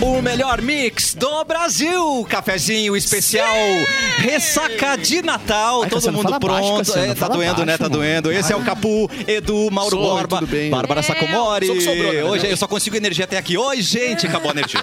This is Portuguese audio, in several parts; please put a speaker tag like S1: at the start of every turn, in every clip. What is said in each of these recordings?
S1: no melhor mix do Brasil. Cafezinho especial, ressaca de Natal.
S2: Ai,
S1: Todo
S2: Cassiano,
S1: mundo
S2: fala baixo,
S1: pronto.
S2: Cassiano,
S1: É, tá
S2: fala
S1: doendo, né?
S2: baixo,
S1: Tá
S2: mano. Ah.
S1: doendo. Esse é o Capu, Edu, Mauro
S2: Sou,
S1: Borba,
S2: tudo bem?
S1: Bárbara Sacomori.
S3: É. sou que sobrou, né?
S1: Hoje eu só consigo energia até aqui. Oi, gente, acabou a energia.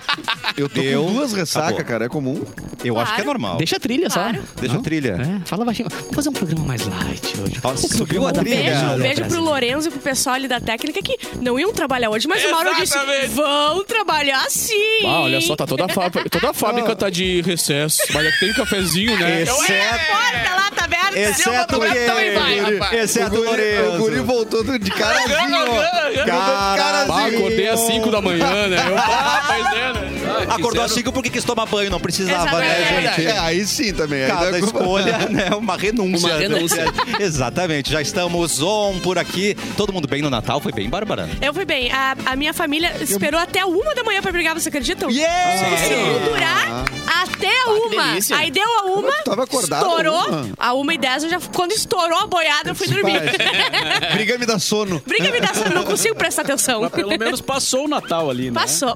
S4: Eu tô
S1: Deu.
S4: com duas ressacas,
S1: Acabou.
S4: cara. É comum.
S1: Eu acho que é
S3: Claro.
S1: normal.
S2: Deixa a trilha
S3: Claro.
S2: só.
S1: Deixa a trilha.
S2: É, fala baixinho. Vamos fazer um programa mais light hoje. um
S1: Ó, subiu a
S2: da
S1: trilha.
S3: Beijo,
S5: né?
S2: pegada,
S3: beijo pro né?
S2: Brasil.
S3: Lorenzo e pro pessoal ali da técnica que não iam trabalhar hoje, mas o Mauro disse:
S5: Exatamente.
S3: vão trabalhar sim.
S5: Ah, olha só, tá toda a fábrica, toda a fábrica tá de recesso. Mas é que tem um cafezinho, né?
S3: A
S1: Exceto.
S3: porta lá tá aberta.
S4: É.
S1: Exceto o
S5: Gabriel também vai, rapaz.
S1: Exceto o
S4: o, guri, o guri
S1: Lourenço.
S4: voltou do- de carazinho, ó.
S1: Carazinho.
S5: Ah, acordei às 5 da manhã, né? Eu, ah, mas é, né?
S1: Acordou às 5 porque quis tomar banho, não precisava, né,
S3: Exatamente.
S1: gente?
S4: É, aí sim também. Aí
S2: é,
S1: Cada
S4: dá culpa.
S1: escolha, né? Uma renúncia.
S5: Uma renúncia.
S1: Exatamente. Já estamos on por aqui. Todo mundo bem no Natal? Foi bem, Bárbara?
S3: Eu fui bem. A, a minha família esperou até uma da manhã pra brigar, vocês acreditam?
S1: Yeah!
S3: Conseguiu durar até uma.
S5: delícia.
S3: Aí deu a uma,
S4: tu tava acordado
S3: estourou.
S4: uma?
S3: A uma e dez, eu já, quando estourou a boiada, eu fui dormir.
S4: Vai. Briga me dá sono.
S3: Briga me dá sono, não consigo prestar atenção.
S6: Mas pelo menos passou o Natal ali, né?
S3: Passou.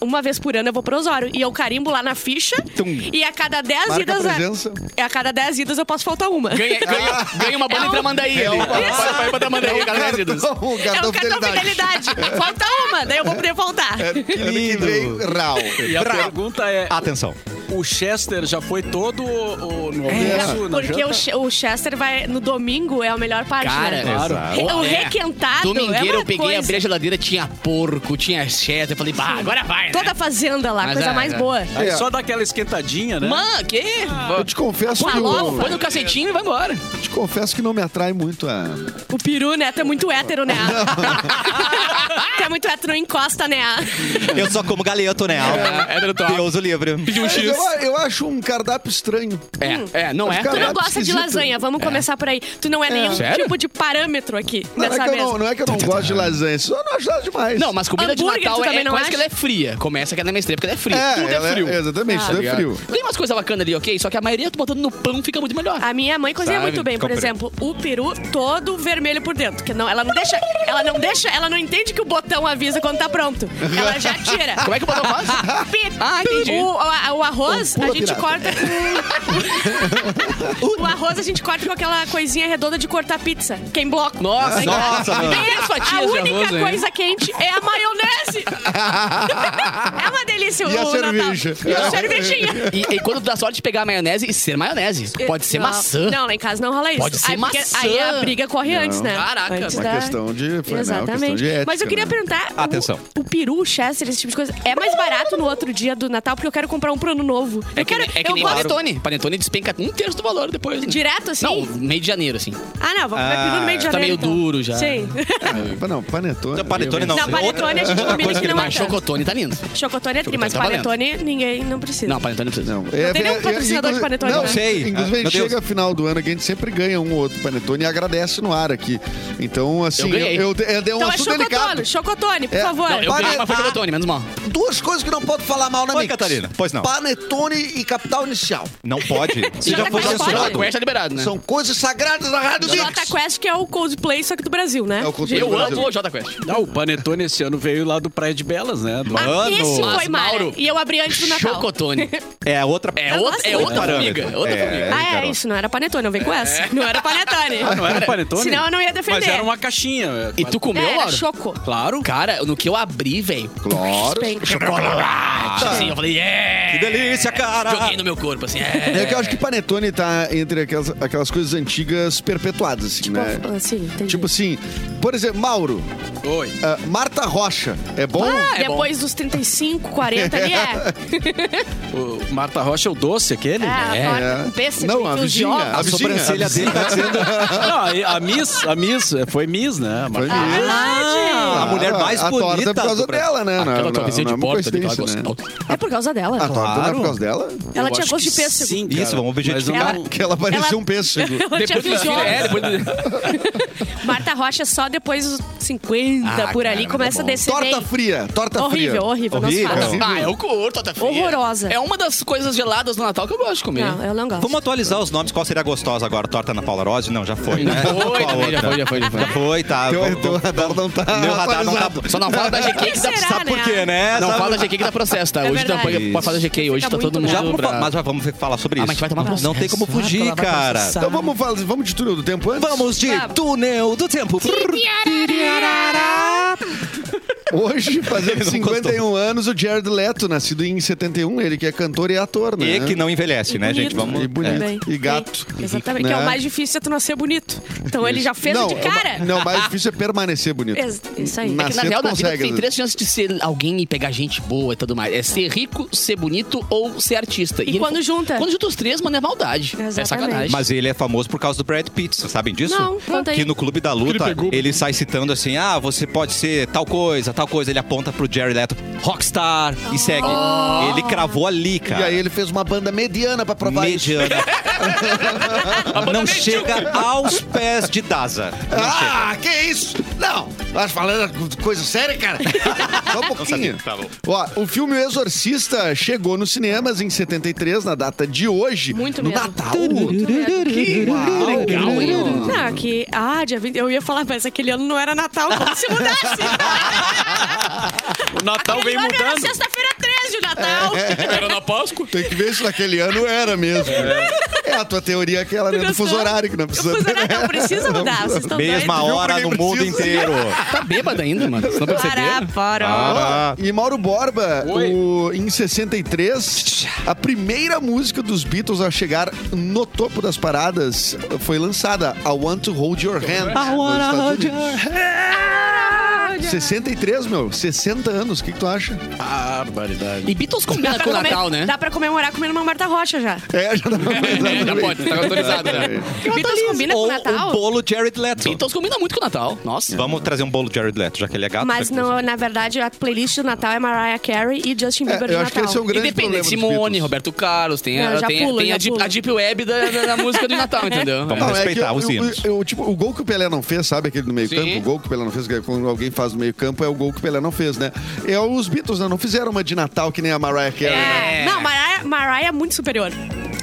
S3: Uma vez por ano eu vou pro Osório. E eu carimbo lá na ficha. E a cada 10
S4: Marca
S3: idas.
S4: a presença.
S3: A cada 10 idas eu posso faltar uma.
S5: Ganha, ganha, ganha uma banda
S3: É
S5: pra
S3: um-
S5: Tramandaí ali. Vai,
S6: É
S5: vai
S6: um
S5: pra Tramandaí, né, galera. Zidas.
S4: Cartão,
S3: é
S4: cartão
S3: o cartão
S4: fidelidade. É,
S3: fidelidade. Falta uma, daí eu vou poder voltar.
S4: Que lindo. Rau.
S6: E a
S1: Bravo.
S6: pergunta é:
S1: Atenção.
S6: o Chester já foi todo o, o- no
S4: É,
S6: almoço? na
S3: Porque
S6: janta?
S3: o, Che- o Chester vai. No domingo é a melhor parte.
S5: Cara,
S3: né? Re- o
S5: É.
S3: requentado.
S5: Domingueira
S3: é uma
S5: eu peguei,
S3: coisa.
S5: abri a geladeira, tinha porco, tinha cheddar. Eu falei, bah, agora vai, né?
S3: Toda a fazenda lá,
S5: Mas
S3: coisa
S5: é,
S3: mais
S5: é.
S3: boa.
S6: Aí
S4: É.
S6: só dá aquela esquentadinha, né?
S5: Mano, que?
S4: Eu te confesso que
S3: Falofa.
S5: Põe
S4: eu,
S5: no cacetinho e vai embora.
S2: É,
S4: te confesso que não me atrai muito a.
S3: O peru, né? Tu é muito hétero, né? tu é muito hétero, não encosta, né?
S1: Eu só como galeto, né?
S5: É, é do top.
S1: Deus o livre.
S5: Pediu um
S4: Mas
S5: X.
S4: eu, eu acho um cardápio estranho.
S5: É, é, não é?
S3: Tu
S4: Cara,
S3: não gosta de
S4: esquisito.
S3: lasanha, vamos começar por aí. Tu não é nenhum
S5: Sério?
S3: tipo de parâmetro aqui
S4: Não é,
S3: nessa
S4: que eu
S3: mesa.
S4: não, não é que eu não gosto de lasanha, só não acho nada demais.
S5: Não, mas comida de
S3: Hambúrguer, tu
S5: Natal é,
S3: também
S5: é
S3: não
S5: quase
S3: acha?
S5: que ela é fria. Começa que ela é mais estranha, porque ela é fria.
S4: é,
S5: Tudo é
S4: ela
S5: frio.
S4: Exatamente,
S3: Ah.
S4: tudo é
S5: Tá ligado?
S4: frio.
S5: Tem umas coisas bacanas ali, ok? Só que a maioria tu botando no pão fica muito melhor.
S3: A minha mãe cozinha
S5: Sabe?
S3: muito bem, por
S1: Comprei.
S3: exemplo, o peru todo vermelho por dentro, que não, ela não deixa, ela não deixa, ela não entende que o botão avisa quando tá pronto. Ela já tira.
S5: Como é que o botão faz?
S3: Pi-
S5: Ah, entendi.
S3: O, o- a- o arroz,
S4: Ou
S3: a
S4: pula
S3: gente
S4: pirata.
S3: corta com... o arroz a gente corta com aquela coisinha redonda de cortar pizza, que é em bloco. é
S5: Nossa,
S1: Nossa,
S5: cara.
S1: mano.
S5: Tem as
S3: A
S5: fatias de
S3: única
S5: arroz, né?
S3: coisa quente é a maionese. é uma delícia
S4: E a
S3: o
S4: cerveja.
S3: Natal. E a cervejinha.
S5: E, e quando tu dá sorte de pegar a maionese e ser maionese. Pode ser
S3: Não,
S5: maçã. É
S3: Não, lá em casa não rola isso.
S5: Pode ser
S3: aí, porque-
S5: maçã.
S3: Aí a briga corre antes, né?
S5: Caraca,
S3: antes
S4: Uma questão de. foi, né, uma
S3: Exatamente.
S4: questão de ética,
S3: Mas eu queria
S4: né?
S3: perguntar: o-
S1: Atenção.
S3: O, peru, o Chester, esse tipo de coisa, é mais barato no outro dia do Natal? Porque eu quero comprar um pro ano novo.
S5: É
S3: eu
S5: que,
S3: quero.
S5: nem- é que
S3: eu
S5: nem
S3: gosto-
S5: panetone. Panetone despenca um terço do valor depois. né?
S3: Direto assim?
S5: Não, meio de janeiro, assim.
S3: Ah, não, vou comprar peru no meio de
S5: tá
S3: janeiro.
S5: meio
S3: então.
S5: duro já.
S3: Sim.
S4: Ah, Não, panetone.
S1: Panetone não.
S3: Não, panetone a gente combina que não
S5: Mas
S3: é. tanto.
S5: chocotone tá lindo.
S3: Chocotone é tri,
S5: Chocotone
S3: mas
S5: tá valendo.
S3: panetone ninguém não precisa.
S5: Não, panetone não precisa.
S4: Não, é,
S3: tem nenhum
S4: é,
S3: patrocinador de
S4: inclusive-
S3: panetone,
S4: Não
S3: né?
S1: Sei.
S4: Inclusive,
S1: Ah,
S4: a
S1: meu
S4: gente
S1: Deus.
S4: chega a final do ano que a gente sempre ganha um ou outro panetone e agradece no ar aqui. Então, assim,
S5: Eu ganhei.
S4: eu, eu- é um
S3: então é
S4: assunto
S3: chocotone,
S4: delicado.
S3: chocotone, por
S4: É,
S3: favor.
S5: Não, eu
S4: Pane-
S5: ganhei, mas foi
S4: Ah.
S5: chocotone, menos mal.
S7: Duas coisas que não pode falar mal na
S1: Oi,
S7: Mix.
S1: Catarina. Pois não.
S7: Panetone e Capital Inicial.
S1: Não pode. Você
S3: Já
S1: já
S3: tá
S1: foi
S3: com a
S1: censurado.
S3: Pode?
S5: Jota Quest tá liberado,
S4: É.
S5: né?
S7: São coisas sagradas na Rádio
S3: Jota
S7: Mix.
S3: Quest, que é o Coldplay, só que do Brasil, né?
S4: É o cultura do
S5: Eu
S4: Brasil.
S5: amo o Jota Quest.
S6: Não, o Panetone esse ano veio lá do Praia de Belas, né? Do-
S3: Ah, esse
S1: Mano.
S3: foi
S5: Mas,
S3: Mara.
S5: Mauro,
S3: E eu abri antes do Natal.
S5: Chocotone.
S1: É outra.
S5: É
S3: Eu
S5: outra,
S3: gosto
S5: é
S3: muito.
S5: outra formiga. é Outra
S4: É.
S5: formiga.
S3: Ah, é
S1: Carol.
S3: isso, não era panetone, não vem com essa. Não era panetone.
S6: Ah, não era Panetone?
S3: Senão eu não ia defender.
S6: Mas era uma caixinha. é,
S5: E tu comeu,
S3: É, era
S5: Mauro?
S3: choco.
S6: Claro.
S5: Cara, no que eu abri, velho,
S4: Claro. Ah.
S5: chocolate, assim, eu falei,
S1: Que
S5: yeah!
S1: delícia, cara.
S5: Joguei no meu corpo, assim, é.
S4: É que eu acho que panetone tá entre aquelas, aquelas coisas antigas perpetuadas, assim,
S3: Tipo,
S4: né?
S3: assim, entendi.
S4: Tipo assim, por exemplo, Mauro,
S6: Oi.
S4: ah, Marta Rocha, é bom?
S3: Ah,
S5: é
S3: depois dos 35, 40 ali é.
S6: O Marta Rocha é o doce, aquele?
S3: Ah,
S5: É.
S3: agora, pêssego,
S4: Não, a
S3: enfio de
S4: vizinha,
S3: ovos.
S1: A
S4: Absinha,
S1: sobrancelha
S4: absinha.
S1: dele tá dizendo
S6: Não, a Miss, a Miss, é, foi Miss, né? A Marta
S4: Foi
S6: Rocha.
S4: mesmo.
S3: Verdade.
S1: Ah,
S4: Ah,
S1: a mulher mais
S4: a torta
S1: bonita
S4: é por causa
S1: do Brasil.
S4: dela, né?
S5: Aquela
S4: Não- não-
S5: camisinha
S4: não é
S5: de assim,
S4: uma
S5: porta ali, aquela
S4: coincidência, né?
S5: gostosa.
S3: É por causa dela.
S4: A torta não é
S1: Claro.
S4: por causa dela?
S3: Ela
S6: Eu
S3: tinha
S6: acho
S3: gosto
S6: que
S3: de pêssego.
S6: Sim,
S1: Isso,
S6: cara.
S1: vamos objetivar.
S6: Mas não-
S4: Que ela parecia
S3: Ela-
S4: um pêssego.
S3: Ela tinha
S5: Depois do
S3: enfio de
S5: filho, é,
S3: ovos.
S5: depois do...
S3: Marta Rocha só depois 50
S4: Ah,
S3: por ali,
S4: cara,
S3: começa
S4: tá
S3: a
S4: bom.
S3: descer
S4: Torta
S3: bem.
S4: fria, torta
S3: horrível,
S4: fria.
S3: horrível, não se
S1: Horrível.
S3: fala.
S4: Horrível.
S5: Ah, eu curto, tá fria.
S3: Horrorosa.
S5: É uma das coisas geladas do Natal que eu gosto de comer.
S3: Não, eu não gosto.
S1: Vamos atualizar os nomes. Qual seria gostosa agora? Torta na Paula Rose? Não, já foi, né?
S5: Foi,
S1: Qual
S5: também, já
S1: outra?
S5: foi, já foi, já foi.
S1: Já foi, tá.
S4: Teu,
S1: Vamos-
S4: teu radar não tá
S1: Meu radar não tá.
S4: atualizado.
S5: Só não fala da GK que dá
S3: Será,
S5: sabe
S1: Por quê, né?
S5: Não
S1: Sabe-
S5: fala da GK que dá processo, tá?
S3: É
S5: hoje não,
S3: verdade.
S5: pode, pode falar da GK, hoje
S3: Fica
S5: tá todo
S3: muito
S5: mundo
S1: Já
S3: bravo.
S1: vamos,
S5: bravo.
S1: fa- mas já vamos falar sobre
S5: Ah,
S1: isso.
S5: mas vai tomar
S1: Não tem como fugir, cara.
S4: Então vamos fazer, vamos de túnel do tempo antes?
S1: Vamos de
S3: Vamos.
S1: túnel do tempo.
S4: Hoje,
S1: Ele
S4: fazendo
S1: não
S4: 51 anos, o Jared Leto, nascido em 71, ele que é cantor e ator, né?
S1: E que não envelhece, né, gente? Vamos.
S4: E bonito.
S3: Bem,
S4: E gato.
S3: bem, Exatamente. Que é
S4: Né?
S3: o mais difícil é tu nascer bonito. Então ele já fez
S4: não,
S3: de cara.
S4: Não, o mais difícil é permanecer bonito.
S3: Ex- Isso aí.
S5: É
S4: Na-
S5: que na
S4: Você
S5: real, na vida
S4: consegue,
S5: tem
S4: né?
S5: três chances de ser alguém e pegar gente boa e tudo mais. É ser rico, ser bonito ou ser artista.
S3: E
S5: ele
S3: quando
S5: fa-
S3: junta?
S5: Quando junta os três, mano, é maldade. É
S3: Exatamente.
S5: sacanagem.
S1: Mas ele é famoso por causa do Brad Pitt, vocês sabem disso?
S3: Não, conta aí.
S1: Que no Clube da
S5: Ele
S1: Luta,
S5: pegou-
S1: ele, sai citando assim: ah, você pode ser tal coisa, tal coisa. Ele aponta pro Jerry Leto, rockstar,
S3: Oh.
S1: e segue. Ele cravou ali,
S4: E
S1: cara.
S4: aí ele fez uma banda mediana pra provar isso.
S1: mediana. Não chega aos pés de Daza. Não chega.
S7: Ah, que isso? Não, nós falando coisa séria, cara.
S4: Só um pouquinho. Ó, o filme O Exorcista chegou nos cinemas em 73, na data de hoje.
S3: Muito
S4: no
S3: mesmo.
S4: Natal.
S3: Muito mesmo.
S5: legal, hein?
S3: Não, que. Ah, dia 20. Eu ia falar, mas aquele ano não era Natal, como se mudasse.
S5: O Natal
S3: Aquele ano era sexta-feira 13 o
S4: É,
S3: Natal.
S5: Era na Páscoa.
S4: Tem que ver se naquele ano era mesmo. É, a tua teoria aquela, né? Do
S3: Gostou?
S4: fuso horário que não
S3: O
S4: precisa.
S3: fuso horário não precisa mudar. Vocês estão
S1: Mesma
S3: doidos?
S1: hora
S4: Viu
S1: no
S4: pra quem
S1: mundo
S4: precisa?
S1: inteiro.
S5: Tá bêbada ainda, mano. Você não percebeu?
S3: Para, para.
S1: Ah.
S4: E Mauro Borba,
S5: Oi.
S4: o- em 63, a primeira música dos Beatles a chegar no topo das paradas foi lançada, I Want to Hold Your Hand. I Wanna Hold Your Hand. 63, meu, 60 anos, o que, que tu acha?
S5: E Beatles combina com o Natal, né?
S3: Dá pra comemorar comendo uma Marta Rocha já.
S4: É, já dá pra
S5: É, já pode, tá autorizado, né?
S3: Que Beatles combina com
S1: Ou
S3: o
S1: um
S3: Natal.
S1: bolo Jared Leto.
S5: Beatles combina muito com o Natal. Nossa.
S1: Vamos trazer um bolo Jared Leto, já que ele é gato.
S3: Mas
S1: né?
S3: não, na verdade, a playlist do Natal é Mariah Carey e Justin
S4: É,
S3: Bieber de
S4: eu
S3: Natal.
S4: acho que esse é um grande problema
S5: Independente,
S4: dos
S5: Simone,
S4: Beatles.
S5: Roberto Carlos, tem,
S3: Não,
S5: a,
S3: já
S5: tem,
S3: pulo,
S5: tem
S3: já
S5: a, deep,
S3: pulo.
S5: a deep Web da, da- da música do Natal, entendeu?
S1: Vamos
S4: é
S1: respeitar
S4: que
S1: os
S4: eu- eu-
S1: hinos.
S4: eu, tipo, o gol que o Pelé não fez, sabe aquele do meio campo?
S5: Sim.
S4: O gol que o Pelé não fez, que é quando alguém faz no meio campo, é o gol que o Pelé não fez, né? É os Beatles, né? Não fizeram uma de Natal que nem a Mariah Carey, né?
S3: É. Não, Mariah, Mariah é muito superior.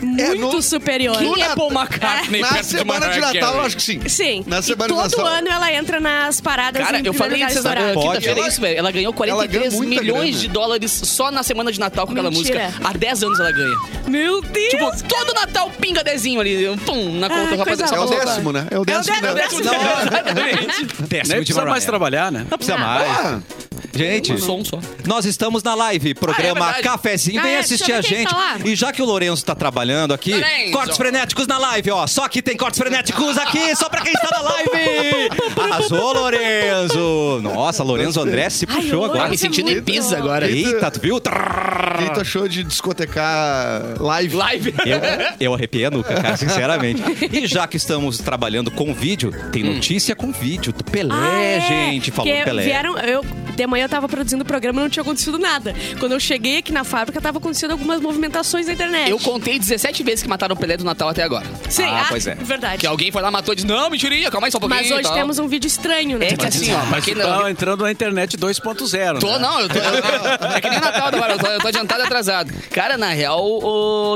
S3: Muito
S4: É, no-
S3: superior.
S5: Quem é Paul McCartney
S4: Na
S5: perto de
S4: semana de,
S5: Mariah
S4: Natal, eu
S5: Carey?
S4: acho que sim.
S3: Sim.
S4: Na
S3: e
S4: semana
S3: todo
S4: de Natal.
S3: ano ela entra nas paradas
S5: Cara,
S3: em
S5: eu
S3: primeiro
S5: falei
S3: lugar
S5: isso na
S3: estourado.
S1: Pode.
S5: quinta-feira, é
S4: Ela-
S5: isso, velho. Ela ganhou
S4: ganha
S5: 43
S4: muita
S5: milhões
S4: grana.
S5: de dólares só na semana de Natal com aquela
S3: Mentira.
S5: música. Há 10 anos ela ganha.
S3: Meu Deus!
S5: Tipo, todo Natal pinga dezinho ali, pum, na conta.
S3: Ah,
S5: só pra-
S3: coisa
S5: só
S4: É o
S5: pra-
S3: boa.
S4: décimo, né? É o décimo.
S3: décimo,
S4: né?
S3: é o décimo.
S1: Não,
S5: Exatamente.
S1: Péssimo
S6: Nem
S1: de
S6: precisa
S1: Mariah.
S6: mais trabalhar, né?
S1: Não precisa mais.
S4: Ah,
S1: Gente,
S5: Um som só.
S1: nós estamos na live, programa
S5: Ah, é verdade.
S1: Cafezinho.
S3: Ah,
S1: Vem
S3: é,
S1: assistir
S3: deixa eu
S1: a
S3: ver quem
S1: gente.
S3: tá lá.
S1: E já que o Lourenço tá trabalhando aqui,
S5: Lourenço.
S1: cortes frenéticos na live, ó. Só que tem cortes frenéticos aqui, só pra quem está na live. Arrasou, Lourenço. Nossa, Lourenço André se
S3: Ai,
S1: puxou
S3: o
S5: Tá
S1: agora.
S5: me
S3: Lourenço é
S5: sentindo em
S3: muito-
S5: pisa agora.
S1: Eita, tu viu? Ah.
S4: quem tu achou de discotecar live?
S5: Live.
S1: Eu, eu arrepiei a nuca, cara, sinceramente. E já que estamos trabalhando com vídeo, tem notícia com vídeo do Pelé,
S3: Hum. Ah, é.
S1: gente. Falou
S3: Porque
S1: do Pelé.
S3: Vieram, eu, de manhã eu tava produzindo o programa e não tinha acontecido nada. Quando eu cheguei aqui na fábrica, tava acontecendo algumas movimentações na internet.
S5: Eu contei 17 vezes que mataram o Pelé do Natal até agora.
S3: Sim,
S1: Ah, pois é.
S3: Verdade.
S5: Que alguém foi lá, matou e disse, não, mentirinha, calma aí só um pouquinho.
S3: Mas hoje
S5: e tal.
S3: temos um vídeo estranho, né?
S5: É que assim, ó, pra quem não...
S6: Tá entrando na internet 2.0.
S5: Tô,
S6: né?
S5: não, eu tô. eu- eu- é que nem Natal agora, eu tô, eu tô adiantado e atrasado. Cara, na real,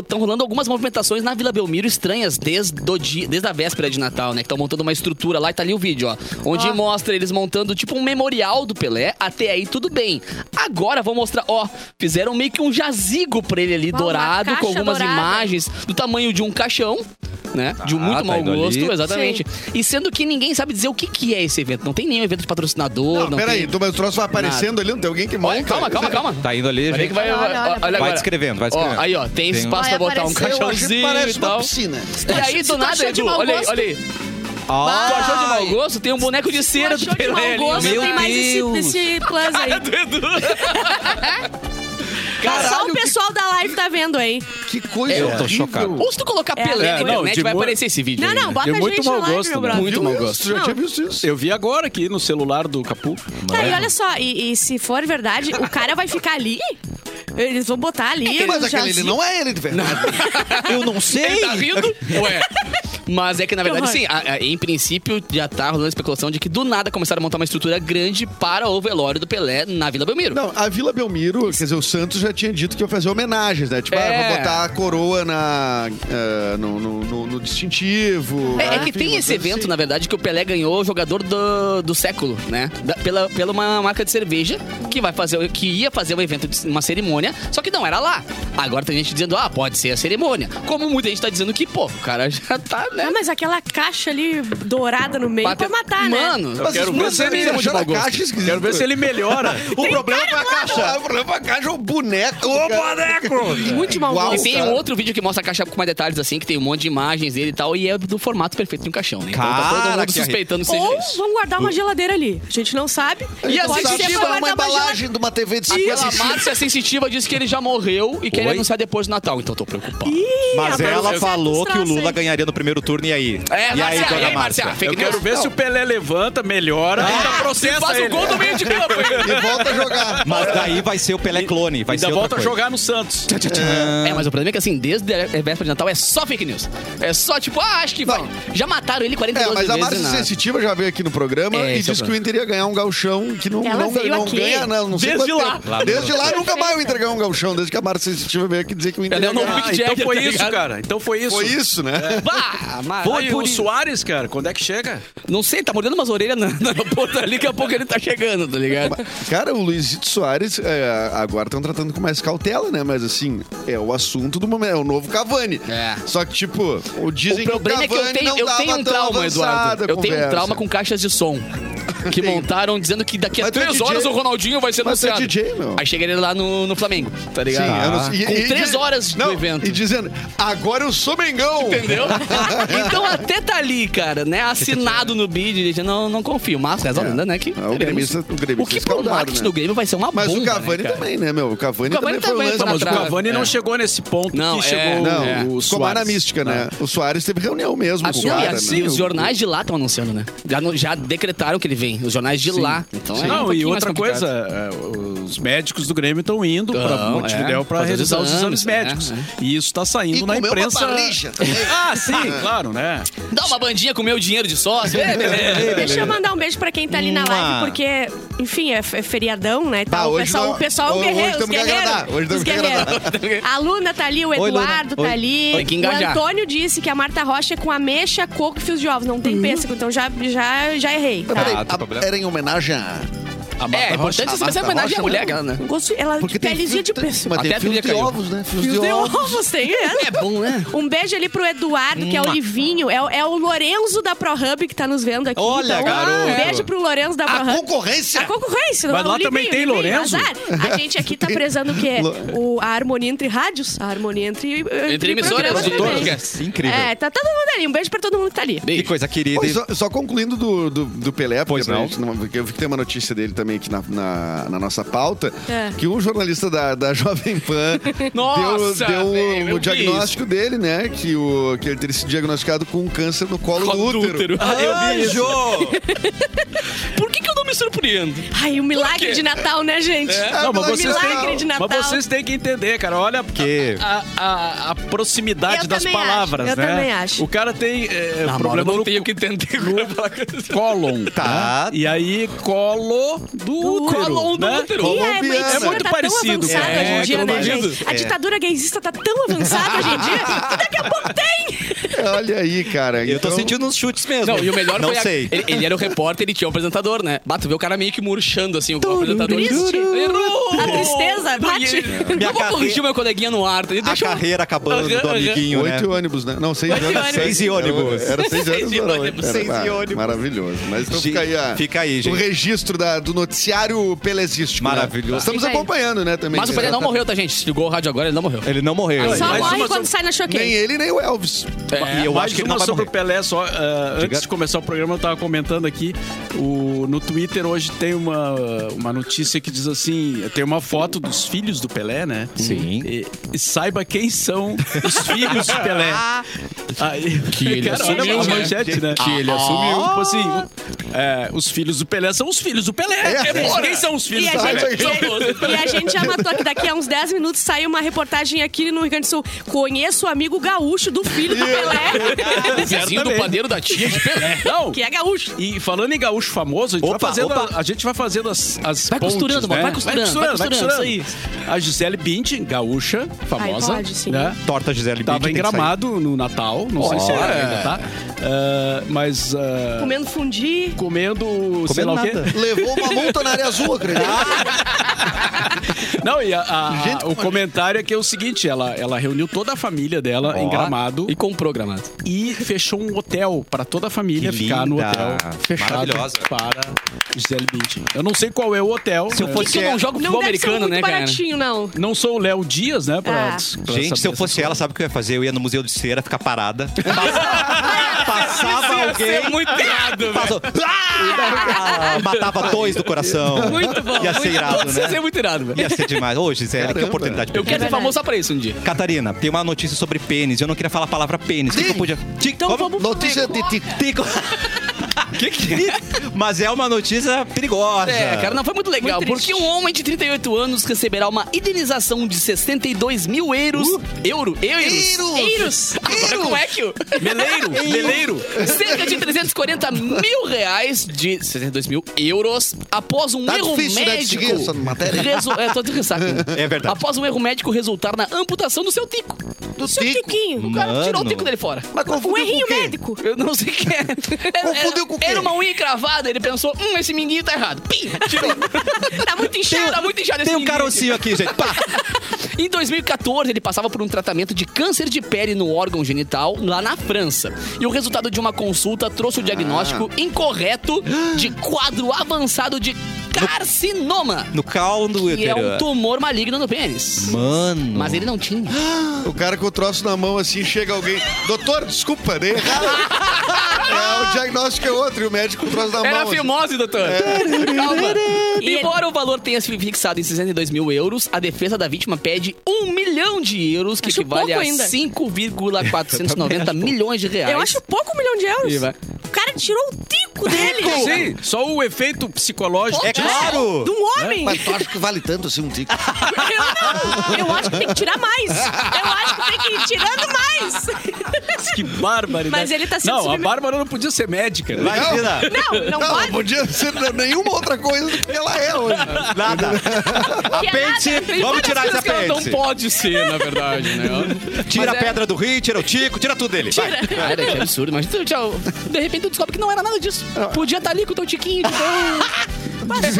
S5: estão rolando algumas movimentações na Vila Belmiro estranhas desde, o dia, desde a véspera de Natal, né? Que estão montando uma estrutura lá e tá ali o vídeo, ó. Onde
S3: Ó.
S5: mostra eles montando tipo um memorial do Pelé. Até aí tudo bem. Agora vou mostrar, ó, fizeram meio que um jazigo pra ele ali,
S3: Ó, uma
S5: dourado,
S3: caixa
S5: com algumas
S3: dourada.
S5: imagens do tamanho de um caixão. Né? De um
S6: Ah,
S5: muito
S6: tá
S5: mau
S6: indo ali.
S5: gosto, exatamente. E sendo que ninguém sabe dizer o que, que é esse evento. Não tem nenhum evento de patrocinador.
S4: Não,
S5: não
S4: peraí,
S5: tem...
S4: tu- mas o troço vai aparecendo ali, não tem alguém que monta?
S5: Olha, calma, calma, calma.
S1: Tá indo ali,
S5: Olha
S1: gente.
S5: que vai,
S3: Olha,
S5: olha,
S3: olha, olha.
S5: agora.
S1: Vai descrevendo, vai descrevendo.
S5: Ó, aí, ó, tem
S1: Tem um-
S5: espaço pra
S3: Vai
S5: botar um
S3: aparecer.
S7: Eu acho que
S5: caixãozinho
S7: parece
S5: e
S4: é
S7: uma
S5: tal.
S7: piscina.
S5: E aí,
S3: Se tu
S5: do nada,
S3: achou de
S5: Edu,
S3: mau
S5: olha aí,
S3: gosto-
S5: olha aí.
S1: Ah,
S5: Tu achou de mau gosto? Tem um boneco de cera do
S3: Achou de mau
S5: Pelé
S3: gosto,
S5: ali.
S1: Meu
S3: tem mais esse,
S1: Deus.
S3: esse plus aí.
S5: Cara do Edu.
S3: Só
S7: Caralho,
S3: o pessoal da live tá vendo, hein?
S7: Que coisa
S1: Eu tô
S7: horrível.
S1: chocado.
S5: Ou se tu colocar
S3: É,
S5: Pelé na
S3: não,
S5: internet,
S6: de
S5: vai
S6: mo-
S5: aparecer esse vídeo.
S3: Não,
S5: aí,
S3: não,
S5: né?
S3: bota
S6: Deu
S3: a
S6: muito
S3: gente
S6: mau
S3: na live,
S6: gosto,
S3: meu
S6: né?
S3: brother.
S6: Muito
S4: Viu
S6: mau
S4: isso?
S6: gosto.
S4: Já
S3: Não.
S4: tinha visto isso.
S6: Eu vi agora aqui no celular do Capu.
S3: Tá, e olha só, e, e se for verdade, o cara vai ficar ali? Eles vão botar ali.
S7: Mas
S3: já
S7: aquele ele não é ele de verdade.
S1: Eu não sei.
S5: Ele tá rindo? Ué. Mas é que, na
S3: Que
S5: verdade,
S3: horror.
S5: sim, a- a- em princípio, já tá rolando a especulação de que do nada começaram a montar uma estrutura grande para o velório do Pelé na Vila Belmiro.
S4: Não, a Vila Belmiro, quer dizer, o Santos já tinha dito que ia fazer homenagens, né? Tipo, ah,
S5: É.
S4: vou botar a coroa na, ah, no, no- no- no distintivo.
S1: Ah,
S5: É, é que
S4: enfim,
S5: tem
S4: uma
S5: esse
S4: coisa
S5: evento,
S4: assim.
S5: na verdade, que o Pelé ganhou jogador do, do século, né? Da- pela, pela uma marca de cerveja que vai fazer, o- que ia fazer um evento, de- uma cerimônia, só que não era lá. Agora tem gente dizendo, ah, pode ser a cerimônia. Como muita gente tá dizendo que, pô, o cara já tá, né?
S3: Ah, mas aquela caixa ali dourada no meio
S5: Bate-
S3: pra matar, né?
S5: Mano,
S1: É
S6: Eu quero ver se ele é
S4: Achar a caixa esquisito.
S6: Quero ver se ele melhora.
S4: O problema foi a caixa. O problema foi a caixa, o boneco. O boneco!
S3: Muito de mau
S4: Igual,
S5: E
S3: gosto.
S5: tem
S4: cara.
S5: um outro vídeo que mostra a caixa com mais detalhes, assim, que tem um monte de imagens dele e tal, e é do formato perfeito de um caixão, né? Então tá
S1: Cara,
S5: todo mundo
S1: que arre-
S5: suspeitando se
S3: Ou
S5: isso.
S3: vamos guardar uma geladeira ali. A gente não sabe.
S5: E
S3: Pode
S5: assim,
S3: ser
S5: tipo,
S3: pra guardar
S4: uma embalagem de uma TV de
S5: Aquela
S4: 50
S5: Márcia é Sensitiva disse que ele já morreu e quer anunciar depois do Natal, então tô preocupado.
S1: Mas
S3: Abraão
S1: ela
S3: Zé
S1: falou
S3: dos
S1: que o Lula
S3: traços,
S1: ganharia no primeiro turno, e aí?
S5: É,
S1: e aí,
S5: Márcia, e
S1: dona
S5: aí, Márcia?
S1: Márcia?
S5: Fake
S6: Eu quero
S5: news. Ah,
S6: ver se o Pelé levanta, melhora e ainda processa
S5: Faz o
S6: ele. É.
S5: gol do meio de campo, hein?
S4: e volta a jogar.
S1: Mas daí vai ser o Pelé clone, vai
S6: Ainda
S1: ser
S6: volta
S1: outra
S6: a
S1: coisa.
S6: jogar no Santos.
S5: É, mas o problema é que assim, desde a véspera de Natal é só fake news. É só tipo, ah, acho que vai. Já mataram ele
S4: É,
S5: 42
S4: mas
S5: vezes.
S4: a
S5: e
S4: Márcia
S5: nada.
S4: Sensitiva já veio aqui no programa
S5: É,
S4: e
S5: esse é o
S4: disse que o
S5: problema.
S4: Inter ia ganhar um galchão que não,
S3: Ela
S4: não,
S3: veio
S4: não
S3: aqui.
S4: ganha, né? não, não sei
S6: Desde
S4: quanto
S6: lá.
S4: tempo.
S1: Lá no-
S4: Desde lá nunca mais eu entregar um galchão, desde que a Márcia Sensitiva veio aqui dizer que o Inter
S5: Ela é o
S4: ia
S5: É. novo
S4: ganhar.
S5: Mick
S6: Ah, então
S5: Jagger,
S6: foi
S5: tá
S6: isso,
S5: ligado?
S6: cara. Então foi isso.
S4: Foi isso, né?
S5: Bah, mas-
S6: Foi
S5: Ai,
S6: o
S5: o Suárez-
S6: Soares, cara. Quando é que chega?
S5: Não sei, tá mordendo umas orelhas na, na aeroporto ali, daqui a pouco ele tá chegando, tá ligado?
S4: Cara, o Luizito Soares, é, agora estão tratando com mais cautela, né? Mas assim, é o assunto do momento, é o novo Cavani.
S5: É.
S4: Só que, tipo, o dizem
S5: O problema
S4: que
S5: é
S4: o
S5: que
S4: Cavani
S5: eu tenho,
S4: não
S5: eu
S4: tava
S5: tenho um
S4: tão
S5: trauma, Eduardo.
S4: avançada a
S5: Eu tenho um
S4: conversa. Ah.
S5: trauma com caixas de som. Que montaram dizendo que daqui a
S4: Mas tu é
S5: três
S4: DJ.
S5: horas o Ronaldinho vai ser
S4: Mas tu é
S5: anunciado.
S4: DJ, meu.
S5: Aí chega ele lá no, no Flamengo, tá
S4: Sim,
S5: ligado?
S4: eu não sei-
S5: Com três
S4: di-
S5: horas do evento.
S4: E dizendo, agora eu sou Mengão.
S5: Entendeu? então até tá ali, cara, né? Assinado no bid, gente. Não, não confio. Mas resolvendo,
S4: É.
S5: né? Que
S4: É, o gremista- o gremista
S5: o que pro
S4: escaldado,
S5: marketing
S4: né?
S5: do Grêmio vai ser uma
S4: Mas
S5: bomba.
S4: o
S5: né,
S4: Cavani
S5: cara?
S4: também, né, meu? O Cavani,
S5: O Cavani
S4: também foi
S5: também
S4: um
S5: tá
S4: lance da
S5: na
S6: Mas o
S5: trás.
S6: Cavani
S5: É.
S6: não chegou nesse ponto
S5: Não, é,
S6: que chegou
S4: Não,
S5: É.
S4: o
S6: o
S4: ficou mais na
S6: Soares.
S4: mística, né? O Soares teve reunião mesmo com o
S5: Assim,
S4: cara,
S5: e assim,
S4: né?
S5: os jornais de lá estão anunciando, né? Já, no- já decretaram que ele vem. Os jornais de lá. Então é um
S6: Não, e
S5: pouquinho mais
S6: outra
S5: complicado.
S6: coisa, é, os médicos do Grêmio estão indo para
S5: Tão,
S6: Montevidéu
S5: é,
S6: para
S5: fazer os
S6: realizar os exames
S5: exames, é,
S6: médicos.
S5: é.
S6: E isso está saindo
S7: E
S6: na
S7: comeu uma
S6: imprensa.
S7: palija também.
S6: ah, sim, claro, né?
S5: Dá uma bandinha com o meu dinheiro de sócio. É, beleza.
S3: Deixa eu mandar um beijo pra quem tá ali na
S1: Mua.
S3: live, porque, enfim, é, é feriadão, né? Então,
S4: Bah,
S3: o
S4: hoje
S3: pessoal,
S4: não-
S3: o pessoal é um
S4: hoje
S3: guerreiro, os
S4: temos que
S3: guerreiros.
S4: agradar, hoje temos
S3: os
S4: que agradar.
S3: guerreiros. A Luna tá ali, o
S1: Oi, Luna.
S3: Eduardo tá
S1: Oi.
S3: ali.
S5: Tem que
S3: o
S5: engajar.
S3: Antônio disse que a Marta Rocha é com ameixa, coco e fios de ovos. Não
S4: Uhum.
S3: tem pêssego, então já, já, já errei.
S4: Mas peraí,
S1: Ah,
S4: a-
S1: tem problema.
S4: era em homenagem a...
S5: é, é importante você pensar em homenagem à mulher, cara, né?
S3: Um Gosto, ela
S4: Porque tem
S3: pelezinha de
S4: fio- tem-
S3: pêssego.
S4: Mas tem
S5: Até a
S4: fios
S5: trilha
S4: de
S5: caiu.
S4: ovos, né? Fios
S3: Fios
S4: de
S3: de
S4: ovos.
S3: ovos, tem ela.
S5: É bom, né?
S3: Um beijo ali pro Eduardo, que é o Livinho. É, o- é o Lorenzo da ProHub que tá nos vendo aqui.
S1: Olha,
S3: então,
S1: garoto.
S3: Um beijo pro Lorenzo da
S7: A
S3: ProHub.
S7: concorrência.
S3: A concorrência,
S6: Mas
S3: não, é
S6: lá
S3: o
S6: também tem
S3: livrinho, o livrinho,
S6: Lorenzo?
S3: azar. A gente aqui tá prezando o quê? O, a harmonia entre rádios, a harmonia entre. Entre,
S5: emissoras,
S3: programas
S5: de
S3: também.
S5: podcasts.
S1: Incrível.
S3: É, tá todo mundo ali. Um beijo pra todo mundo que tá ali.
S1: Que coisa querida.
S4: Pois, só, só concluindo do, do, do Pelé, porque
S1: Pois
S4: pra
S1: não.
S4: gente não- porque eu vi que tem uma notícia dele também aqui na, na, na nossa pauta,
S3: É.
S4: que um jornalista da, da Jovem Pan deu,
S5: Nossa,
S4: deu
S5: velho, eu
S4: o
S5: vi
S4: diagnóstico dele, né? Que, o, que ele teria sido diagnosticado com um câncer no colo do útero.
S5: Ah, eu vi isso.
S1: Anjo!
S5: Por que, que eu não me surpreendo?
S3: Ai, o milagre de Natal, né, gente?
S4: Ah,
S6: Não, mas
S4: pelo
S6: vocês
S4: milagre
S3: têm-
S4: de-
S3: de Natal.
S6: Mas vocês têm que entender, cara. Olha
S1: Que-
S5: Ah.
S6: a, a- a proximidade
S3: Eu
S6: das
S3: também acho,
S6: palavras,
S3: eu
S6: né?
S3: também acho.
S6: O cara tem é,
S5: Não,
S6: problema
S5: mano, eu não
S6: no
S5: tenho que entender agora falar assim. com essa-
S6: cólon. né?
S1: Tá.
S6: E aí, colo do útero.
S5: cólon do
S6: né?
S5: útero.
S3: E a
S4: Colombiana.
S3: medicina
S4: É muito
S3: tá tão
S6: parecido,
S3: avançada
S5: cara.
S3: hoje em
S5: É,
S3: dia, né,
S5: colombiana.
S3: gente? A ditadura gaysista tá tão avançada hoje em dia que daqui a pouco tem!
S4: Olha aí, cara.
S1: Eu tô
S4: então-
S1: sentindo uns chutes mesmo.
S5: Não, e o melhor
S1: Não
S5: foi a-
S1: sei.
S5: ele, ele era o repórter, ele tinha o apresentador, né? Bato, vê o cara meio que murchando assim, o apresentador.
S3: Triste.
S5: Errou!
S3: A tristeza bate.
S5: Eu vou
S1: carre-
S5: corrigir meu coleguinha no ar. tá?
S1: A
S5: Deixa eu...
S1: carreira acabando do
S5: Aham, aham.
S1: amiguinho, né?
S4: Oito ônibus, né? Não, seis ônibus.
S3: ônibus.
S1: Seis e ônibus.
S4: Era seis
S5: Seis
S4: ônibus.
S5: e
S4: era
S5: ônibus,
S4: oito. Era-
S1: seis e
S4: ah,
S1: ônibus.
S4: Maravilhoso. Mas então
S1: Gente,
S4: fica aí, a,
S1: fica aí,
S4: o
S1: gente.
S4: registro da- do noticiário pelezístico. né?
S1: Maravilhoso.
S4: Estamos
S3: Fica aí.
S4: acompanhando, né, também.
S5: Mas o Pelé não morreu, tá, gente? Ligou o rádio agora, ele não morreu.
S1: Ele não morreu.
S3: Só
S6: mais
S3: morre
S6: uma
S3: quando sai na
S1: é
S4: Nem
S3: choquei.
S4: ele, nem o Elvis.
S1: E
S5: É.
S1: eu
S6: Mais
S1: acho que ele
S6: uma
S1: não vai
S6: sobre
S1: morrer.
S6: o Pelé, só ah, antes de começar o programa, eu tava comentando aqui o, no Twitter Twitter hoje tem uma, uma notícia que diz assim: tem uma foto dos filhos do Pelé, né?
S1: Sim.
S6: E, e saiba quem são os filhos do Pelé. Aí,
S8: Que ele
S6: olha
S8: assumiu,
S6: a
S8: né?
S6: manchete, né?
S8: Que ele assumiu.
S6: Tipo assim, é, os filhos do Pelé são os filhos do Pelé. É, quem são os
S3: E
S6: filhos
S3: a,
S6: do Pelé?
S3: gente, e a gente já matou aqui. Daqui a uns 10 minutos sai uma reportagem aqui no Rio Grande do Sul. Conheço o amigo gaúcho do filho do Pelé,
S8: O vizinho do
S6: Certamente.
S8: padeiro da tia de Pelé.
S6: Não,
S3: que é gaúcho.
S6: E falando em gaúcho famoso, a gente,
S1: Opa,
S6: vai, fazendo
S1: opa.
S6: a, a gente vai fazendo as, as
S5: Vai
S6: pontes,
S5: costurando,
S6: né?
S5: vai costurando, vai costurando,
S6: A Gisele Bündchen, gaúcha, famosa.
S3: pode, sim.
S6: né?
S1: Torta Gisele
S6: Tava
S1: Bündchen
S6: em
S1: tem que sair.
S6: Gramado no Natal, não sei se ela ainda tá. Ah, mas ah,
S3: Comendo fundi.
S6: comendo, sei
S1: Comendo
S6: lá o
S1: nada.
S6: quê.
S4: Levou uma multa na área azul, acredito.
S6: Não, e a- a-
S4: Gente,
S6: o comentário é que é o seguinte, ela, ela reuniu toda a família dela em
S1: Ó.
S6: Gramado
S5: E comprou gramado.
S6: e fechou um hotel para toda a família
S1: Que
S6: ficar no
S1: linda.
S6: hotel fechado
S1: Maravilhosa.
S6: para Gisele Bündchen. Eu não sei qual é o hotel.
S1: Se eu
S6: né?
S1: fosse
S5: Que eu não jogo
S3: Não
S5: futebol
S3: deve ser
S5: americano,
S3: muito
S5: né, cara?
S3: baratinho, não.
S6: Não sou o Léo Dias, né? Pra,
S3: Ah.
S6: pra
S1: Gente,
S6: saber
S1: se eu fosse
S6: essas
S1: ela, sabe o que eu ia fazer? Eu ia no Museu de Cera, ficar parada. Passava alguém.
S5: É muito errado,
S1: Passou. Ah! Matava dois do coração.
S5: Muito bom.
S1: Ia ser
S5: muito
S1: irado,
S5: bom.
S1: né?
S5: Ia ser muito irado, velho.
S1: Ia ser demais. Ô, Gisele, que
S4: Caramba.
S1: oportunidade.
S5: Eu quero
S1: perdida.
S5: ser famoso só pra isso um dia.
S1: Catarina, tem uma notícia sobre pênis. Eu não queria falar a palavra pênis. O que, que eu podia. Tic,
S3: Então
S1: como?
S3: vamos pro
S4: Notícia de tico.
S1: Tico. que que é? Mas é uma notícia perigosa.
S5: É, cara, não foi muito legal,
S3: Muito triste.
S5: porque um homem de 38 anos receberá uma indenização de 62 mil euros.
S3: Uh!
S5: Euro? Euros?
S3: Eiros.
S5: Agora, como é que eu...
S6: Meleiro,
S1: um
S6: meleiro.
S5: Cerca de 340 mil reais de 62 mil euros após um
S4: Tá
S5: erro
S4: difícil, né, de
S5: médico.
S4: seguir essa matéria?
S5: Resu... É, tô de ressaca.
S1: É verdade.
S5: Após um erro médico resultar na amputação do seu tico.
S4: Do
S3: Seu
S4: tico.
S5: O
S3: tiquinho.
S5: cara
S1: Mano.
S5: tirou o tico dele fora.
S4: Mas confundiu
S3: Um
S4: com
S3: errinho
S4: o quê?
S3: médico.
S5: Eu não sei o que é. Era-
S4: Confundiu com o quê?
S5: Era uma unha cravada, ele pensou, hum, esse minguinho tá errado. Pim, tirou.
S3: Tá muito
S5: Tem, tá
S3: inchado.
S5: muito inchado esse
S1: Tem um
S5: minguinho.
S1: carocinho aqui, gente. Pá!
S5: Em 2014, ele passava por um tratamento de câncer de pele no órgão genital lá na França. E o resultado de uma consulta trouxe o diagnóstico
S3: Ah.
S5: incorreto de quadro avançado de carcinoma,
S1: No caldo do
S5: que é
S1: útero.
S5: um tumor maligno no pênis.
S1: Mano.
S5: Mas ele não tinha.
S4: O cara com o troço na mão assim, chega alguém. Doutor, desculpa, dei errado. é, o diagnóstico é outro, e o médico com o troço na
S5: Era
S4: mão. assim.
S5: é fimose, doutor. Calma.
S3: E ele-
S5: Embora o valor tenha sido fixado em 62 mil euros, a defesa da vítima pede 1 milhão de euros, que
S3: Acho
S5: equivale a
S3: pouco ainda.
S5: 5,490 milhões de reais.
S3: Eu acho pouco um milhão de
S5: Ah,
S3: euros.
S5: E vai.
S3: O cara tirou o tico dele.
S6: Sim, só o efeito psicológico.
S1: É claro!
S3: De um homem.
S4: Mas tu acha que vale tanto assim um tico?
S3: Eu não. Eu acho que tem que tirar mais. Eu acho que tem que ir tirando mais.
S6: Que bárbara.
S5: né?
S3: Mas ele tá sendo
S6: Não, a
S3: submet-
S6: Bárbara não podia ser médica. né?
S1: Imagina!
S3: Não, não,
S4: Não,
S3: pode.
S4: podia ser nenhuma outra coisa do que ela é hoje.
S1: Nada! Apêndice!
S3: nada, tem
S1: Vamos
S3: várias
S1: tirar esse
S5: Esse cara não
S1: apêndice!
S5: pode ser, na verdade, né?
S1: Tira
S5: Mas
S1: a
S5: é-
S1: pedra do rio, tira o tico, tira tudo dele. Vai.
S5: Cara, que absurdo, mas tu, tchau, de repente tu descobre que não era nada disso. Podia estar ali com o teu tiquinho de boa.
S4: Dizer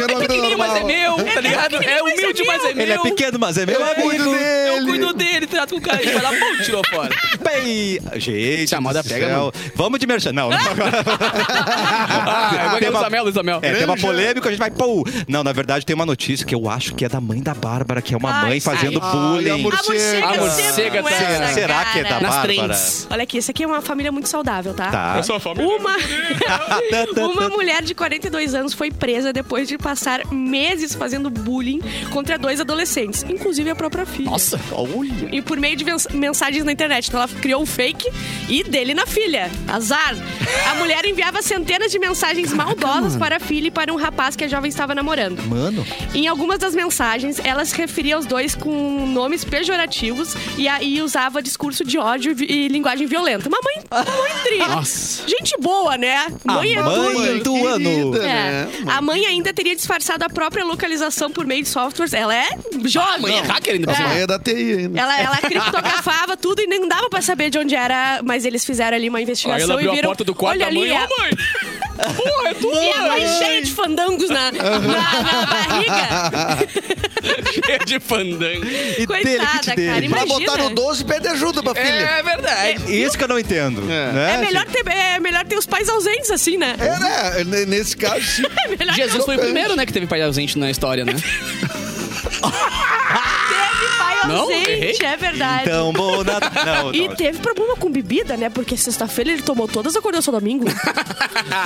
S5: É
S4: uma vida
S5: pequenininho, mas é
S4: normal.
S5: meu, tá ligado? É humilde, mas é meu.
S1: Ele é pequeno, mas é meu
S4: Eu cuido
S1: amigo.
S5: Eu
S4: dele.
S5: cuido dele, trato com carinho. Vai lá, pum, tirou fora.
S1: Bem... Gente,
S5: a moda
S1: do
S5: pega,
S1: céu. Vamos de merchan. Não, não.
S5: Ah,
S1: Tem
S5: agora
S1: uma-
S5: Luiz Amel, Luiz Amel.
S1: É, tem uma polêmica, a gente vai. Pô. Não, na verdade tem uma notícia que eu acho que é da mãe da Bárbara, que é uma
S3: Ai,
S1: mãe fazendo
S4: ai. Ai,
S1: bullying.
S4: amor.
S3: A morcega,
S5: A morcega
S3: sempre com
S5: tá-
S3: essa,
S1: Será que é da
S3: cara.
S5: Nas
S1: Bárbara?
S5: trends.
S3: Olha aqui, essa aqui é uma família muito saudável, tá?
S1: Tá.
S5: Ah,
S3: Uma... uma mulher de 42 anos foi presa depois de passar meses fazendo bullying contra dois adolescentes, inclusive a própria filha.
S5: Nossa, olha.
S3: E por meio de mens- mensagens na internet. Então ela criou um fake e dele na filha. Azar. A mulher enviava centenas de mensagens maldosas para a filha e para um rapaz que a jovem estava namorando.
S1: Mano,
S3: Em algumas das mensagens, ela se referia aos dois com nomes pejorativos e aí usava discurso de ódio e vi- e linguagem violenta. Mamãe, mamãe tri. Gente boa, né? Mãe é
S1: a
S3: tudo.
S1: mãe do ano.
S4: Querida,
S3: É.
S4: né?
S3: A mãe ainda teria disfarçado a própria localização por meio de softwares. Ela é jovem.
S5: Mãe é hacker ainda.
S4: As
S5: É.
S4: mães é da TI ainda.
S3: Ela, ela criptografava tudo e nem dava pra saber de onde era, mas eles fizeram ali uma
S5: Aí
S3: investigação
S5: ela abriu
S3: e
S5: a
S3: viram.
S5: porta do quarto
S3: olha
S5: da mãe.
S3: ali,
S5: Ô,
S3: a-
S5: mãe! Porra, é tu!
S3: e a mãe cheia de fandangos na, na, na barriga.
S5: Cheia de fandango.
S1: E dele que te
S3: Coitada,
S1: dele.
S3: cara.
S4: Pra
S3: Imagina.
S4: botar no 12, pede ajuda pra filha.
S5: É verdade.
S1: Isso que eu não entendo.
S4: É.
S1: né,
S3: É melhor,
S1: gente?
S3: ter, é melhor ter os pais ausentes, assim, né?
S4: É, né? N- Nesse caso, sim.
S3: É melhor
S5: Jesus foi o primeiro, né, que teve pai ausente na história, né?
S3: ter pai
S5: Não? Errei?
S3: ausente, é verdade.
S1: Então, bom Natal. Não,
S3: E
S1: não.
S3: teve problema com bebida, né? Porque sexta-feira ele tomou todas, acordou só domingo.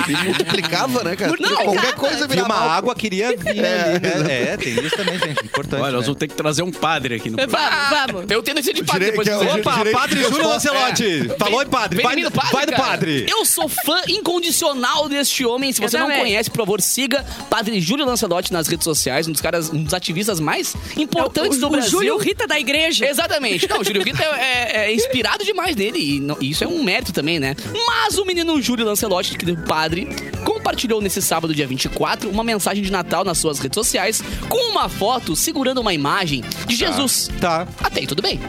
S4: E multiplicava, né, cara?
S3: Multiplicava.
S4: Qualquer coisa
S1: E
S4: virava
S1: uma
S4: álcool.
S1: água queria vir ali, né? É, tem isso também, gente. Importante.
S6: Olha, nós
S1: né?
S6: vamos ter que trazer um padre aqui no programa.
S5: Ah,
S3: vamos.
S5: Eu tenho notícia de padre
S4: Direi
S5: depois
S4: que é
S5: disso.
S4: o-
S5: aí.
S1: Opa,
S4: Direito
S1: Padre
S4: de
S1: Júlio
S4: resposta.
S1: Lancelotti. Falou em padre.
S5: É. Vem
S1: Vai,
S5: menino padre,
S1: vai do
S5: cara.
S1: padre.
S5: Eu sou fã incondicional deste homem. Se
S3: Eu
S5: você não
S3: também.
S5: conhece, por favor, siga Padre Júlio Lancelotti nas redes sociais, um dos caras, um dos ativistas mais importantes
S3: o,
S5: do
S3: o
S5: Brasil.
S3: Júlio Rita da igreja.
S5: Exatamente. Não, o Júlio Rita é, é- é inspirado demais dele. E não- e isso é um mérito também, né? Mas o menino Júlio Lancelotti, que é padre, compartilhou nesse sábado, dia 24, uma mensagem de Natal nas suas redes sociais com uma foto segurando uma imagem de Jesus.
S1: Tá,
S5: Até aí, tudo bem.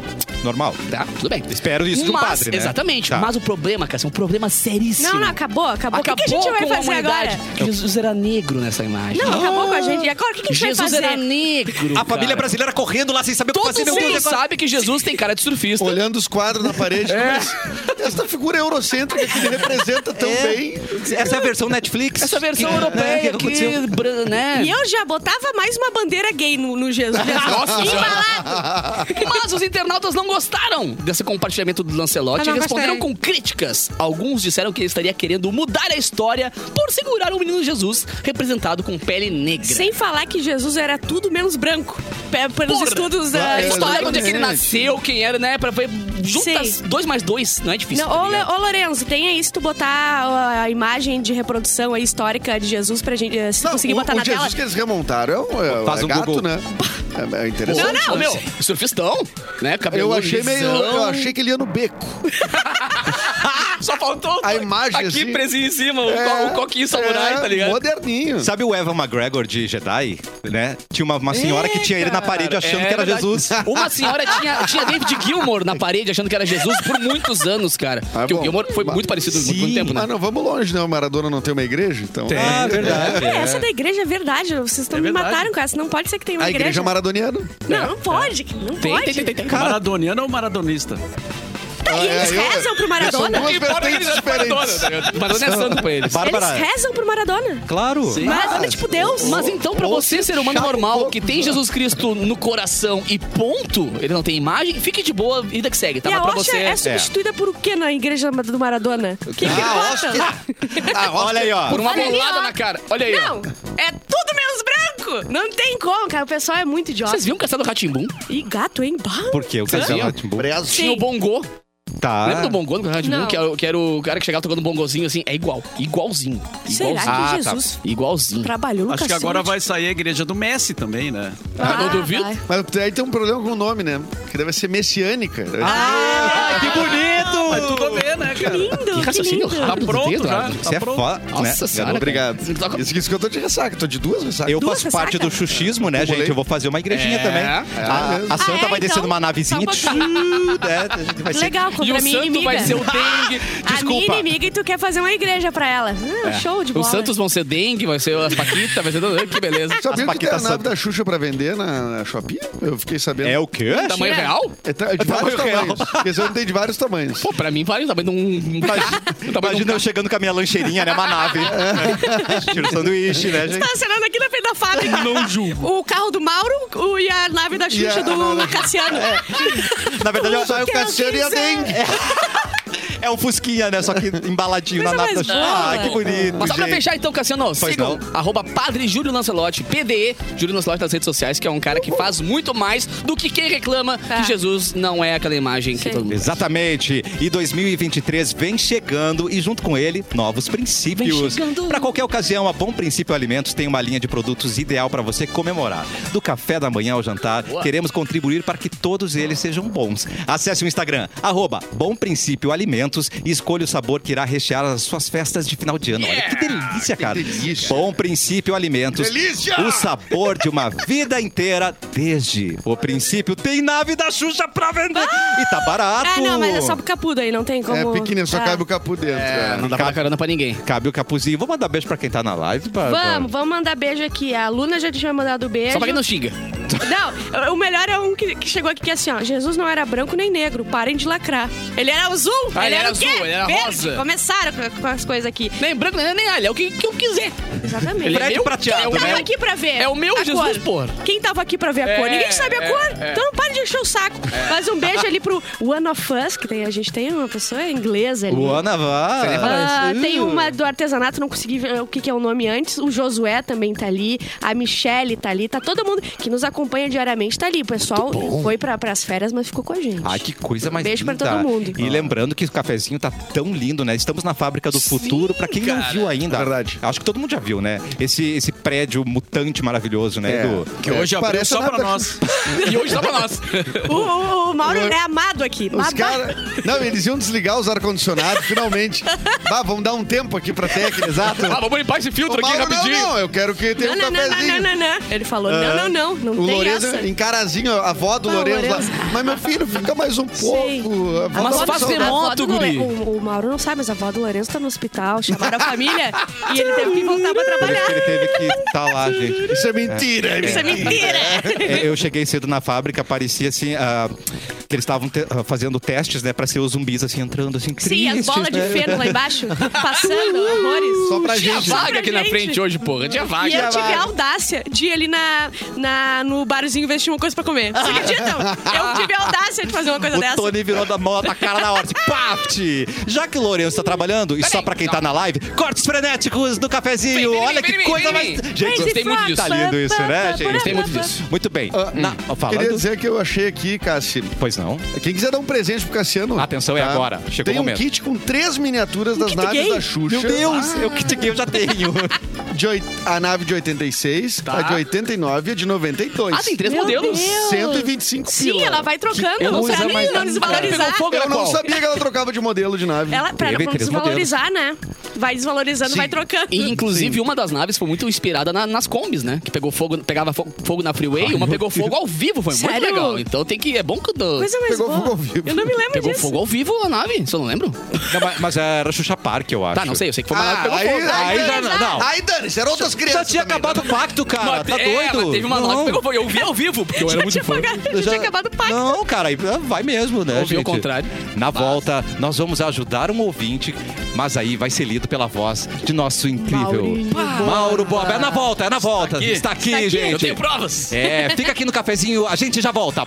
S1: normal.
S5: Tá, tudo bem.
S1: Espero isso de um
S5: Mas-
S1: padre, né?
S5: Exatamente.
S1: Tá.
S5: Mas o problema, cara, é um problema seríssimo.
S3: Não, não, acabou, acabou.
S5: Acabou
S3: o que, que a gente vai
S5: com a
S3: fazer agora?
S5: humanidade. Jesus era negro nessa imagem.
S3: Não, acabou com a gente. E agora o que, que a gente
S5: Jesus
S3: vai
S5: era
S3: fazer?
S5: negro.
S1: A família
S5: cara.
S1: brasileira correndo lá sem saber o que
S5: Todo
S1: fazer. meu Deus,
S5: mundo
S1: é quase-
S5: sabe que Jesus tem cara de surfista.
S4: Olhando os quadros na parede.
S5: É.
S4: Mas essa figura eurocêntrica que ele representa tão bem.
S1: Essa é a versão Netflix.
S5: Essa versão
S1: Que- né,
S5: europeia
S1: que aconteceu.
S5: que, bran- né?
S4: É.
S3: E eu já botava mais uma bandeira gay no, no Jesus. Embalado.
S5: Mas os internautas não gostaram desse compartilhamento do Lancelotti
S3: Ah,
S5: e
S3: não
S5: responderam
S3: gostei.
S5: com críticas. Alguns disseram que ele estaria querendo mudar a história por segurar o menino Jesus representado com pele negra.
S3: Sem falar que Jesus era tudo menos branco. Pe- Pelos
S5: Porra.
S3: estudos ah,
S5: A história
S3: históricos.
S5: onde é que ele nasceu, quem era, né? Pra ver juntas
S3: Sim.
S5: dois mais dois, não é difícil.
S3: Não,
S5: tá
S3: ô, Le-
S5: ligado?
S3: ô, Lorenzo, tem aí se tu botar a imagem de reprodução aí histórica de Jesus pra gente. eh, Se tu
S4: Não,
S3: conseguir
S4: o,
S3: botar
S4: o
S3: na
S4: Jesus
S3: tela.
S4: que eles remontaram é, um- é, um-
S1: Faz
S4: é
S1: um
S4: gato,
S1: Google.
S4: né? É, é interessante.
S5: Não, não, meu, surfistão, né? Cabelo
S4: Eu achei meio.
S5: lisão.
S4: Eu achei que ele ia no beco.
S5: Ah, Só faltou
S4: A imagem,
S5: aqui
S4: assim.
S5: presinho em cima, o, co- o coquinho samurai,
S4: é,
S5: tá ligado?
S4: Moderninho.
S1: Sabe o Evan McGregor de Jedi, né? Tinha uma, uma senhora que tinha ele na parede achando
S5: É
S1: que era
S5: verdade.
S1: Jesus.
S5: Uma senhora tinha, tinha David Gilmour na parede achando que era Jesus por muitos anos, cara.
S4: Ah,
S5: Porque o
S4: bom.
S5: Gilmour foi muito parecido por muito
S1: Sim.
S5: tempo,
S4: Mas
S5: né?
S4: não vamos longe, né? O Maradona não tem uma igreja, então.
S1: Ah, verdade.
S3: É, essa da igreja é verdade. Vocês estão me
S6: verdade.
S3: mataram com essa. Não pode ser que tenha uma
S4: A igreja é maradoniana.
S3: Não, não pode. Não
S5: Tem,
S3: pode.
S5: tem, tem, tem, tem.
S6: Maradoniano ou maradonista?
S3: Tá, e
S4: É,
S3: eles
S4: eu-
S3: rezam pro
S4: São
S3: Maradona.
S4: duas vertentes diferentes.
S5: Maradona, Maradona é santo pra eles.
S1: Bárbara.
S3: Eles rezam pro Maradona.
S1: Claro.
S3: Maradona é tipo Deus.
S5: Mas então, pra você, ser humano normal, que tem Jesus Cristo no coração e ponto, ele não tem imagem, fique de boa, vida que segue, tá?
S3: e
S5: Mas
S3: a
S5: pra
S3: Osha
S5: você.
S3: é substituída por o que na igreja do Maradona? O que que
S1: Ah, tá-
S3: bota?
S4: Ah,
S1: Olha aí, ó.
S5: Por uma
S3: Olha ali,
S5: bolada
S3: ó.
S5: na cara. Olha aí. ó.
S3: Não, é tudo menos branco. Não tem como, cara. O pessoal é muito idiota.
S5: Vocês viram o Castelo Ratimbum?
S3: E gato, hein? Bah.
S1: Por quê? O
S5: viu?
S1: Castelo Timbu.
S4: Brezo.
S5: Tinha o Bongo.
S6: Ah.
S1: Tá.
S5: Lembra do Bongo no Castelo Ratimbum?
S3: Não.
S5: Que, era o- que era o cara que chegava tocando bongozinho assim? É igual. Igualzinho.
S3: Será
S5: Igualzinho.
S1: Ah, tá.
S3: que Jesus
S5: Igualzinho.
S3: trabalhou no
S6: Acho que
S3: cacete?
S6: agora vai sair a igreja do Messi também, né?
S5: Ah, não duvido.
S3: vai.
S4: Mas aí tem um problema com o nome, né? Que deve ser messiânica.
S1: Ah, que bonito!
S6: Mas tudo a ver, né,
S3: Que
S6: cara?
S3: lindo, que,
S5: raciocínio
S3: lindo.
S5: rápido.
S6: Tá pronto
S5: dedo,
S6: já.
S5: Arthur.
S6: Tá
S1: Você é
S6: pronto.
S1: foda, né?
S5: Nossa senhora.
S4: Obrigado.
S5: cara.
S4: Isso, isso que eu tô de ressaca, tô de duas ressacas.
S1: Eu
S3: Duas
S1: faço parte do
S3: ressacas?
S1: xuxismo, né, gente? Eu vou fazer uma igrejinha
S5: É.
S1: também.
S5: É
S1: a, a
S4: mesmo.
S1: santa
S3: Ah, é,
S1: vai descendo
S3: então?
S1: uma navezinha.
S3: Só um
S1: tchuuu, é, a gente vai ser-
S3: Legal,
S5: E
S3: contra
S5: o
S3: a minha
S5: santo
S3: inimiga.
S5: vai ser o dengue.
S3: A minha inimiga e tu quer fazer uma igreja pra ela. Ah, Show de bola.
S5: Os Santos vão ser dengue, vai ser as Paquitas, vai ser. todo- Que beleza.
S4: Sabia
S1: As
S4: que tem a
S1: Paquitas
S4: nave da Xuxa pra vender na, na Shopee? Eu fiquei sabendo.
S1: É o quê?
S5: Tamanho
S3: Tira.
S5: real?
S4: É ta- de vários tamanhos. Quer dizer, eu tenho de vários tamanhos.
S5: Pô, pra mim vale o tamanho de um. o tamanho de um
S1: Imagina eu chegando com a minha lancheirinha, né? Uma nave. Tira o sanduíche, né, gente?
S3: Estacionando Tá aqui na frente da fábrica. Não julgo. O carro do Mauro o- e a nave da
S4: E
S3: Xuxa
S4: a-
S3: do Cassiano.
S1: Na verdade,
S4: Só eu
S1: é,
S3: que eu
S4: Cassiano e a
S3: quiser.
S4: Dengue.
S1: é um fusquinha, né? Só que embaladinho na
S3: Coisa
S1: nave da
S3: mais
S1: Xuxa.
S3: boa.
S1: Ah, que bonito,
S5: Mas só pra
S1: gente.
S5: fechar então, Cassiano, sigam
S1: não.
S5: arroba Padre Júlio Lancelotti, PDE, Júlio Lancelotti nas redes sociais, que é um cara que faz muito mais do que quem reclama
S3: Tá.
S5: que Jesus não é aquela imagem que
S3: Sim.
S5: todo mundo.
S1: Exatamente. E 2023 vem chegando e junto com ele, novos princípios. Para qualquer ocasião, a Bom Princípio Alimentos tem uma linha de produtos ideal para você comemorar. Do café da manhã ao jantar, queremos contribuir para que todos eles sejam bons. Acesse o Instagram, arroba Bom Princípio Alimentos e escolha o sabor que irá rechear as suas festas de final de ano. Olha que delícia, cara. Bom Princípio Alimentos.
S7: Delícia!
S1: O sabor de uma vida inteira desde o princípio. Tem nave da Xuxa pra vender. E tá barato.
S3: Ah, não, mas é só pro capudo aí, não tem como.
S4: É pequenininho, só
S3: Ah.
S4: cabe o capu dentro. né?
S5: É,
S4: cara.
S5: não dá pra dar carona pra ninguém.
S1: Cabe o capuzinho. Vou mandar beijo pra quem tá na live. pra- pra-
S3: Vamos, vamos mandar beijo aqui. A Luna já tinha mandado beijo.
S5: Só pra quem não tá- xinga.
S3: Não, o melhor é um que, que chegou aqui que é assim, ó. Jesus não era branco nem negro, parem de lacrar. Ele era azul,
S5: Ah, ele era
S3: o quê?
S5: azul, ele era
S3: Verde.
S5: rosa.
S3: Começaram com, com as coisas aqui.
S5: Nem branco, nem, nem alho, é o que, que eu quiser.
S3: Exatamente.
S5: Ele é
S1: Prédio
S5: meu?
S1: prateado,
S3: Quem
S1: né?
S3: tava aqui pra ver?
S5: É o meu
S3: a
S5: Jesus,
S3: cor?
S5: porra.
S3: Quem tava aqui pra ver a
S5: É,
S3: cor? Ninguém sabe a
S5: é,
S3: cor.
S5: é.
S3: Então para de encher o saco. Mas um beijo ali pro One of Us, que tem, a gente tem uma pessoa inglesa ali.
S1: Luana
S3: Ah,
S1: vai.
S3: tem uma do artesanato, não consegui ver o que, que é o nome antes. O Josué também tá ali, a Michelle tá ali, tá todo mundo que nos acompanha diariamente tá ali. O pessoal foi pra, pras férias, mas ficou com a gente.
S1: Ai, que coisa mais
S3: Beijo pra
S1: linda.
S3: todo mundo.
S1: E lembrando que o cafezinho tá tão lindo, né? Estamos na Fábrica do Futuro. Pra quem não
S5: cara.
S1: viu ainda,
S4: É verdade.
S1: acho que todo mundo já viu, né? Esse, esse prédio mutante maravilhoso, né? Do-
S6: Que hoje abriu
S4: É. parece
S6: só
S4: nada-
S6: pra nós.
S5: E hoje só pra nós.
S3: O, o- o Mauro é amado aqui.
S4: Os
S3: babado.
S4: caras. Não, eles iam desligar os ar-condicionados, finalmente. Bah, vamos dar um tempo aqui pra técnica, exato.
S5: Ah, vamos limpar esse
S4: Ô,
S5: filtro aqui
S4: Mauro, não,
S5: rapidinho.
S4: não, eu quero que tenha
S3: Não,
S4: um
S3: não, não, não,
S4: cafezinho.
S3: não, não, não. Ele falou: não, não, não, não
S4: O
S3: tem
S4: Lourenço,
S3: essa.
S4: em carazinho, a avó do
S3: Ah, o
S4: Lourenço lá.
S3: Lourenço.
S4: Mas meu filho, fica mais um pouco. A avó
S5: Mas
S4: dá um
S5: faz
S4: sol-
S5: tempo.
S3: A avó
S5: Remoto,
S3: do
S5: guri.
S3: Lore- O, o Mauro não sabe, mas a avó do Lourenço tá no hospital, chamaram a família e ele teve que voltar pra
S1: Por isso que ele
S3: trabalhar.
S1: teve que estar lá, gente.
S4: Isso é mentira, é
S3: Isso é
S4: mentira.
S3: mentira!
S1: É, Eu cheguei cedo na fábrica, parecia assim. ah, que eles estavam te- ah, fazendo testes, né? Pra ser os zumbis assim entrando assim.
S3: Sim, as
S1: tristes,
S3: bolas de
S1: né?
S3: feno lá embaixo, passando, amores.
S4: Só pra
S5: Tinha
S4: gente.
S3: Só
S5: vaga
S3: pra
S5: aqui na
S3: gente.
S5: frente hoje, porra. Tinha vaga.
S3: E eu tive
S4: vai.
S3: a audácia de ir ali na, na, no barzinho investir uma coisa pra comer. Vocês acreditam? Eu tive a audácia de fazer uma coisa
S1: O
S3: dessa.
S1: Tony virou da moto, a cara na hora. Assim, paft! Já que o Lourenço tá trabalhando, e só pra quem tá na live, cortes frenéticos do cafezinho.
S5: Vem, vem,
S1: Olha
S5: vem,
S1: que
S5: vem,
S1: coisa
S5: vem,
S1: mais.
S5: vem.
S1: Gente,
S3: Mas
S1: gostei
S3: e
S5: muito
S3: fa-
S1: Tá
S5: disso.
S1: lindo isso, né,
S3: fa-
S1: gente?
S3: fa-
S1: Gostei
S5: muito
S3: fa-
S5: disso.
S1: Muito bem.
S4: Ah,
S1: Na, falando.
S4: Queria dizer que eu achei aqui, Cassi.
S1: Pois não.
S4: Quem quiser dar um presente pro Cassiano. tá?
S1: Atenção, é agora. Chegou
S4: tem
S1: o momento.
S4: um kit com três miniaturas das
S3: Um kit
S4: naves
S3: gay?
S4: da Xuxa.
S1: Meu
S4: Ah.
S1: Deus, eu que eu já tenho.
S4: De oit- a nave de 86,
S1: Tá.
S4: a de 89 e a de 92.
S5: Ah, tem três
S3: Meu
S5: modelos.
S3: Deus.
S4: 125
S3: Sim,
S4: pila.
S3: ela vai trocando,
S5: Eu
S3: não
S5: vou
S3: pra
S5: usar mais
S3: nem não
S5: nada. Pegou
S3: desvalorizar.
S5: fogo,
S4: Eu não
S5: Qual?
S4: sabia que ela trocava de modelo de nave.
S3: Ela, pra
S1: Teve
S3: não
S1: três modelos.
S3: desvalorizar, né? Vai desvalorizando, vai trocando.
S5: E, inclusive, uma das naves foi muito inspirada na- nas combis, né? Que pegou fogo, pegava fo- fogo na freeway, uma pegou fogo ao vivo, foi muito
S3: Sério?
S5: legal. Então tem que. É bom que. do-
S3: Coisa mais
S4: Pegou
S3: boa.
S4: fogo ao vivo.
S3: Eu não me lembro
S5: Pegou
S3: disso.
S5: fogo ao vivo a nave, só não lembro.
S1: Não, mas, mas era Xuxa Park, eu acho.
S5: Tá, não sei, eu sei que foi uma nave que
S4: Ah,
S5: pegou
S4: aí,
S5: fogo.
S4: aí,
S1: Aí já não. não.
S4: aí, Dani, eram outras
S1: Já
S4: crianças.
S1: tinha
S4: também,
S1: acabado o pacto, cara.
S5: Mas-
S1: tá
S5: é,
S1: doido?
S5: mas teve uma nave
S1: Não.
S5: que pegou fogo. Eu vi ao vivo, porque eu era
S3: Já
S5: muito
S3: tinha,
S5: fã.
S3: pagado, já tinha acabado o pacto.
S1: Não, cara, aí vai mesmo, né,
S5: Ouvi o
S1: gente?
S5: contrário.
S1: Na volta, nós vamos ajudar um ouvinte, mas aí vai ser lido pela voz de nosso incrível
S3: Maurinho
S1: Mauro Borba. É na volta, é na volta.
S5: Ah, aqui.
S1: Está aqui, gente.
S5: Eu tenho provas.
S1: É, fica aqui no cafezinho, a gente já volta.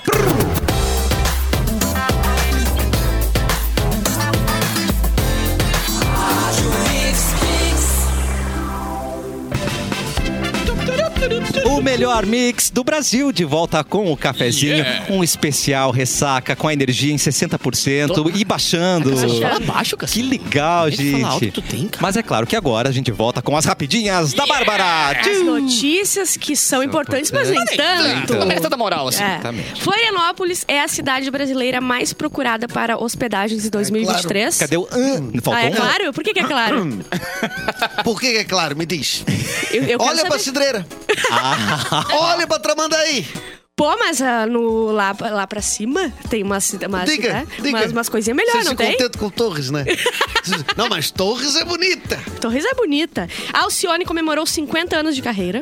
S1: O melhor mix do Brasil de volta com o cafezinho,
S5: Yeah.
S1: um especial ressaca com a energia em 60% e baixando. Ah,
S5: Fala baixo, cara.
S1: Que legal,
S5: Tem que
S1: gente.
S5: falar alto que tu tem, cara.
S1: Mas é claro que agora a gente volta com as rapidinhas da Bárbara.
S3: As notícias que são importantes, mas nem tanto.
S5: Tá merda da moral, assim.
S3: Então, É. Florianópolis é a cidade brasileira mais procurada para hospedagens em 2023.
S1: Cadê o. Hum? Faltou
S3: Ah, é
S1: um?
S3: claro? Por que, que é claro?
S4: né? Por que que é claro? Me diz.
S3: Eu, eu quero
S4: Olha pra
S3: saber.
S4: Cidreira. Olha pra Tramandaí.
S3: Pô, mas ah, no, lá, lá pra cima tem umas, umas,
S4: Diga,
S3: né?
S4: diga.
S3: umas, umas coisinhas melhor,
S4: Você
S3: não
S4: se
S3: tem?
S4: contenta com Torres, né? Não, mas Torres é bonita.
S3: Torres é bonita. A Alcione comemorou 50 anos de carreira.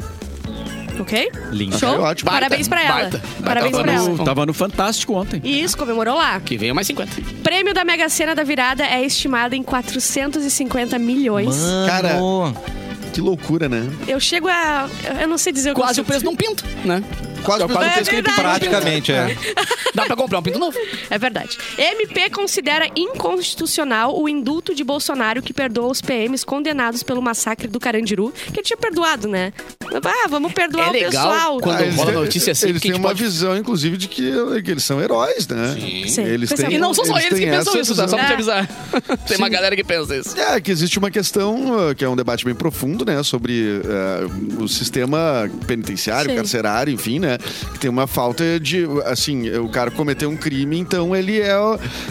S3: Ok?
S1: Lindo.
S3: Show?
S4: Ok, ótimo.
S3: Parabéns pra ela.
S5: Baita.
S3: Parabéns
S5: Baita.
S3: pra ela.
S5: Vamos.
S6: Tava no Fantástico ontem.
S3: E isso, comemorou lá.
S5: Que veio mais 50.
S3: Prêmio da Mega Sena da Virada é estimado em 450 milhões.
S4: Cara,
S1: Mano.
S4: que loucura, né?
S3: Eu chego a. Eu não sei dizer o que
S5: Quase
S3: eu
S5: o preço de um pinto, né?
S4: Quase
S5: É,
S4: o preço do
S3: é
S4: preço que ele
S3: verdade.
S1: Praticamente, é.
S5: Dá pra comprar um pinto novo.
S3: É verdade. MP considera inconstitucional o indulto de Bolsonaro que perdoa os PMs condenados pelo massacre do Carandiru, que ele tinha perdoado, né? Ah, vamos perdoar
S5: É
S3: o
S5: legal
S3: pessoal.
S5: quando-
S4: Ah, eles
S5: rola
S4: têm-
S5: notícia assim,
S4: Eles
S5: que a
S4: têm
S5: gente
S4: uma
S5: pode-
S4: visão, inclusive, de que, que eles são heróis, né?
S3: Sim.
S4: Eles
S3: Pensa-
S4: têm,
S5: é. E não são só eles,
S4: têm
S5: que pensam
S4: essa
S5: isso, tá? Só pra te
S3: É.
S5: avisar. Tem uma galera que pensa isso.
S4: É, que existe uma questão, uh, que é um debate bem profundo, né, sobre uh, o sistema penitenciário,
S3: Sim.
S4: carcerário, enfim, né, que tem uma falta de, assim, o cara cometeu um crime, então ele é,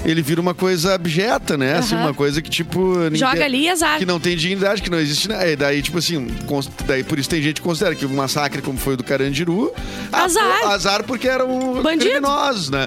S4: ele vira uma coisa abjeta, né, assim,
S3: Aham.
S4: uma coisa que, tipo... ninguém-
S3: Joga ali e azar.
S4: Que não tem dignidade, que não existe, né, É, daí, tipo assim, cons- daí por isso tem gente considera que um massacre como foi o do Carandiru. ah,
S3: Azar.
S4: pô, azar porque eram
S3: Bandido.
S4: criminosos, né?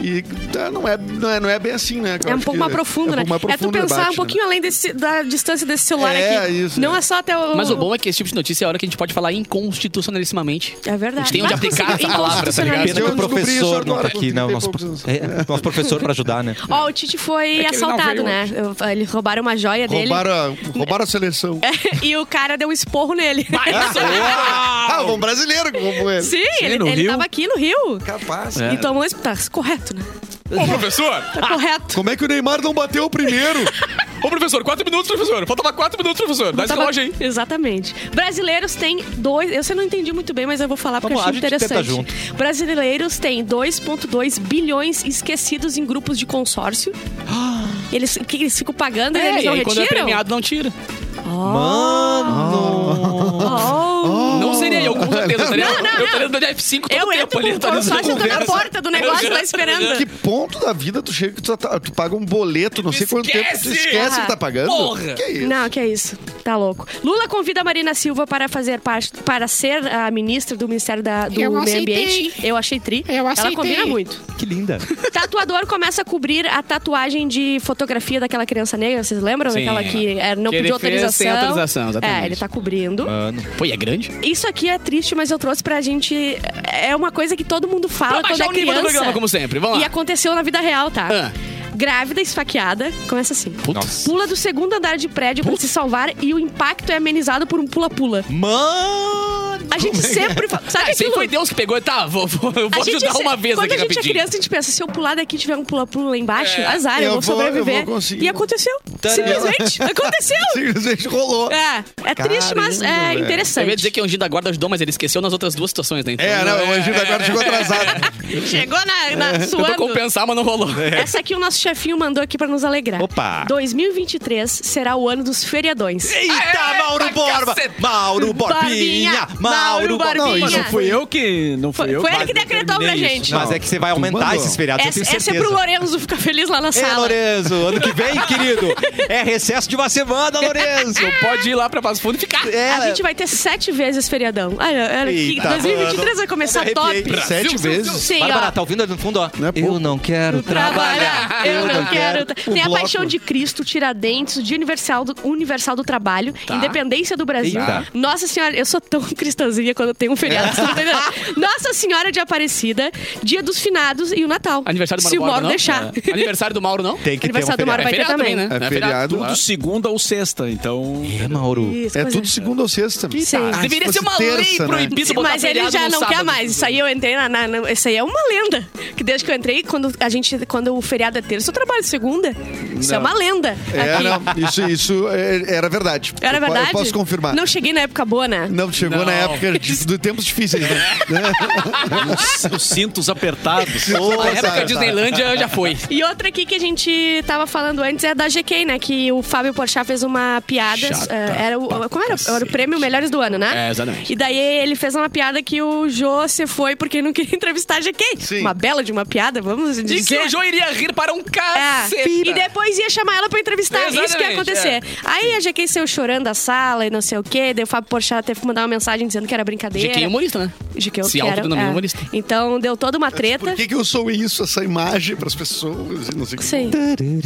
S4: E tá, não é, não, é, não é bem assim, né? Eu
S3: É um
S4: acho
S3: pouco
S4: que
S3: mais profundo,
S4: é um
S3: né?
S4: pouco mais
S3: é tu
S4: profundo o
S3: pensar
S4: debate,
S3: um
S4: né?
S3: pouquinho além desse- da distância desse celular
S4: É,
S3: aqui.
S4: isso,
S3: Não
S4: né?
S3: é só até o.
S5: Mas o bom é que esse tipo de notícia é a hora que a gente pode falar inconstitucionalissimamente.
S3: É verdade.
S5: A gente tem onde
S3: Mas
S5: aplicar
S3: conseguiu-
S5: essa palavra, tá ligado?
S1: Pena que o
S4: Eu descobri isso
S1: professor não tá
S4: agora,
S1: aqui, né?
S4: com
S1: O nosso,
S4: 30 e poucos
S1: é, o nosso professor pra ajudar, né?
S3: Ó, o Tite foi
S5: É
S6: ele não
S3: assaltado,
S6: veio
S3: né? Eles roubaram uma joia dele.
S4: Roubaram, a- roubaram a seleção.
S3: e o cara deu um esporro nele.
S4: Ah, é? um brasileiro como ele.
S3: Sim, ele,
S6: no
S3: ele
S6: Rio?
S3: tava aqui no Rio.
S4: Capaz.
S1: É.
S5: É.
S3: E tomou esse. Tá correto, né?
S8: Ô, professor!
S5: Ah,
S3: Tá correto.
S4: Como é que o Neymar não bateu o primeiro?
S8: Ô, professor, quatro minutos, professor! Faltava quatro minutos, professor! Dá esse
S3: Tava-
S8: relógio aí!
S3: Tá Exatamente. Brasileiros têm dois. Eu sei, não entendi muito bem, mas eu vou falar porque
S1: Vamos
S3: achei
S1: lá, a gente tenta
S3: interessante. Brasileiros têm 2,2 bilhões esquecidos em grupos de consórcio. Eles, que eles ficam pagando e eles
S5: e
S3: não
S5: aí, quando é
S3: retiram?
S5: premiado, não tira.
S1: Mano!
S3: Oh.
S5: Não seria eu, com certeza. Eu estaria-
S3: Não, não,
S5: Eu
S3: não.
S5: estaria dando F5 todo
S3: Eu
S5: tempo
S3: entro
S5: ali. tá
S3: com o consórcio, eu tô na
S1: conversa.
S3: porta do negócio lá esperando.
S4: que ponto da vida tu chega que tu, tá- tu paga um boleto, não sei quanto tempo, tu
S8: Esquece!
S4: esquece
S3: Ah,
S4: que tá pagando?
S5: porra!
S4: Que isso?
S3: Não, que é isso. Tá louco. Lula convida a Marina Silva para fazer parte, para ser a ministra do Ministério da- do
S9: Eu
S3: Meio
S9: aceitei.
S3: Ambiente. Eu achei tri.
S9: Eu
S3: Ela
S9: aceitei.
S3: combina muito.
S1: Que linda!
S3: Tatuador começa a cobrir a tatuagem de fotografia daquela criança negra, vocês lembram?
S5: Sim.
S3: Daquela que eh, não
S5: Que
S3: pediu
S5: ele fez
S3: autorização.
S5: sem autorização, exatamente.
S3: É, ele tá cobrindo.
S1: Mano.
S5: Pô, e é grande?
S3: Isso aqui é triste, mas eu trouxe pra gente. É uma coisa que todo mundo fala
S5: Pra
S3: quando
S5: baixar
S3: é
S5: o nível do
S3: criança.
S5: programa, como sempre. Vamos
S3: E
S5: lá.
S3: aconteceu na vida real, tá?
S5: Ah.
S3: Grávida, esfaqueada, começa assim.
S1: Nossa.
S3: Pula do segundo andar de prédio pra se salvar e o impacto é amenizado por um pula-pula.
S1: Mano! é
S3: A gente sempre fala. Sabe
S5: Ah, isso aí
S3: aquilo?
S5: foi Deus que pegou. Tá, vou, vou- eu
S3: A
S5: vou
S3: gente
S5: ajudar
S3: se-
S5: uma vez
S3: Quando
S5: aqui
S3: a gente é
S5: rapidinho. É.
S3: criança, a gente pensa, se eu pular daqui e tiver um pula-pula lá embaixo, azar, eu,
S4: Eu
S3: vou
S4: vou-
S3: sobreviver.
S4: eu vou conseguir.
S3: e aconteceu.
S5: Tá,
S3: Simplesmente aconteceu.
S4: Simplesmente rolou.
S3: É, é triste, mas é
S4: Caramba, velho.
S5: Eu ia
S3: interessante.
S5: dizer que o anjinho da guarda ajudou, mas ele esqueceu nas outras duas situações, né? Então,
S4: É, não, o anjinho da guarda chegou atrasado.
S3: Chegou na, na
S5: Tentou
S3: suando.
S5: compensar, mas não rolou.
S3: Essa aqui o nosso chefinho mandou aqui pra nos alegrar.
S1: É. Opa.
S3: 2023 será o ano dos feriadões.
S1: Eita, Mauro Borba! Mauro Borbinha!
S3: É, Barbinha, Mauro
S1: Mauro
S6: Não,
S3: Barbinha.
S1: Borbinha!
S6: isso foi eu que. Não foi,
S3: Foi,
S6: eu
S3: foi ele que decretou pra
S6: determinei
S3: gente.
S6: isso.
S1: Mas é que você vai aumentar
S4: mandou.
S1: esses feriados, eu
S3: Essa,
S1: tenho
S3: essa
S1: certeza.
S3: é pro Lorenzo ficar feliz lá na
S1: Ei,
S3: sala.
S1: Lorenzo, ano que vem, querido, é recesso de uma semana, Lorenzo.
S5: Pode ir lá pra Passo Fundo e ficar.
S1: É,
S3: A gente vai ter sete vezes feriadão. Ah, era que
S1: Eita,
S3: 2023 vai começar
S1: mano.
S3: top.
S1: Arrepiei.
S4: Sete vezes.
S3: Sim,
S1: Tá Bárbara,
S3: ó.
S1: tá ouvindo ali no fundo, ó?
S4: Não é pouco.
S1: eu não quero trabalhar.
S3: Trabalhar, eu não quero.
S4: quero.
S3: Tem
S4: O
S3: a
S4: bloco.
S3: Paixão de Cristo, Tiradentes, o Dia Universal do, Universal do Trabalho,
S4: Tá.
S3: Independência do Brasil.
S1: Eita.
S3: Nossa Senhora, eu sou tão cristãzinha quando eu tenho um
S4: É.
S3: feriado. vocês não estão entendendo? Nossa Senhora de Aparecida, Dia dos Finados e o Natal.
S5: Aniversário do Mauro
S3: Se o
S5: Borba,
S3: Mauro
S5: não?
S3: deixar.
S5: É.
S4: um
S5: Aniversário do Mauro, não?
S1: Tem que ter um
S3: Aniversário do Mauro
S1: feriado.
S3: vai ter
S5: feriado
S3: também,
S5: também,
S3: né?
S5: né?
S4: É feriado.
S6: Tudo segunda ou sexta, então.
S1: É, Mauro.
S3: Isso,
S4: É
S3: coisa-
S4: tudo segunda ou sexta.
S3: Sim.
S4: Ah, se
S5: né? Deveria ser
S4: fosse
S5: uma lei
S4: terça, né?
S5: proibida botar
S3: Mas ele
S5: feriado
S3: já
S5: no
S3: não quer
S5: sábado.
S3: mais. Isso aí eu entrei na. na- na- isso aí é uma lenda. Que desde que eu entrei, quando a gente. Quando o feriado é terça, eu trabalho segunda. Isso é uma lenda.
S4: É,
S3: aqui.
S4: não, isso, isso é- era verdade.
S3: Era
S4: Eu po-
S3: verdade?
S4: Eu posso confirmar.
S3: Não cheguei na época boa, né?
S4: Não, chegou na época de, de tempos difíceis, né?
S6: Os, os cintos apertados.
S5: A época da
S4: tá,
S5: Disneylândia já foi.
S3: E outra aqui que a gente tava falando antes é da GK, né? Que o Fábio Porchat fez uma piada.
S6: Chata
S3: eh, era o, como era? Era o prêmio Melhores do Ano, né?
S5: É, exatamente.
S3: E daí ele fez uma piada que o Jô se foi porque não queria entrevistar a GK.
S4: Sim.
S3: Uma bela de uma piada, vamos dizer.
S5: E que o João iria rir para um
S3: É.
S5: cacete.
S3: E depois ia chamar ela pra entrevistar. Isso que ia
S5: Exatamente,
S3: acontecer.
S5: é.
S3: Aí a GK saiu chorando da sala e não sei o quê. Daí o Fábio Porchat teve que mandar uma mensagem dizendo que era brincadeira.
S5: GQ é humorista, né?
S3: GQ,
S5: Se
S3: que era-
S5: autodenomina
S3: é.
S5: humorista.
S3: Então deu toda uma treta.
S4: Por que, que eu sou isso, essa imagem pras pessoas? e Não sei o que.
S3: Sim.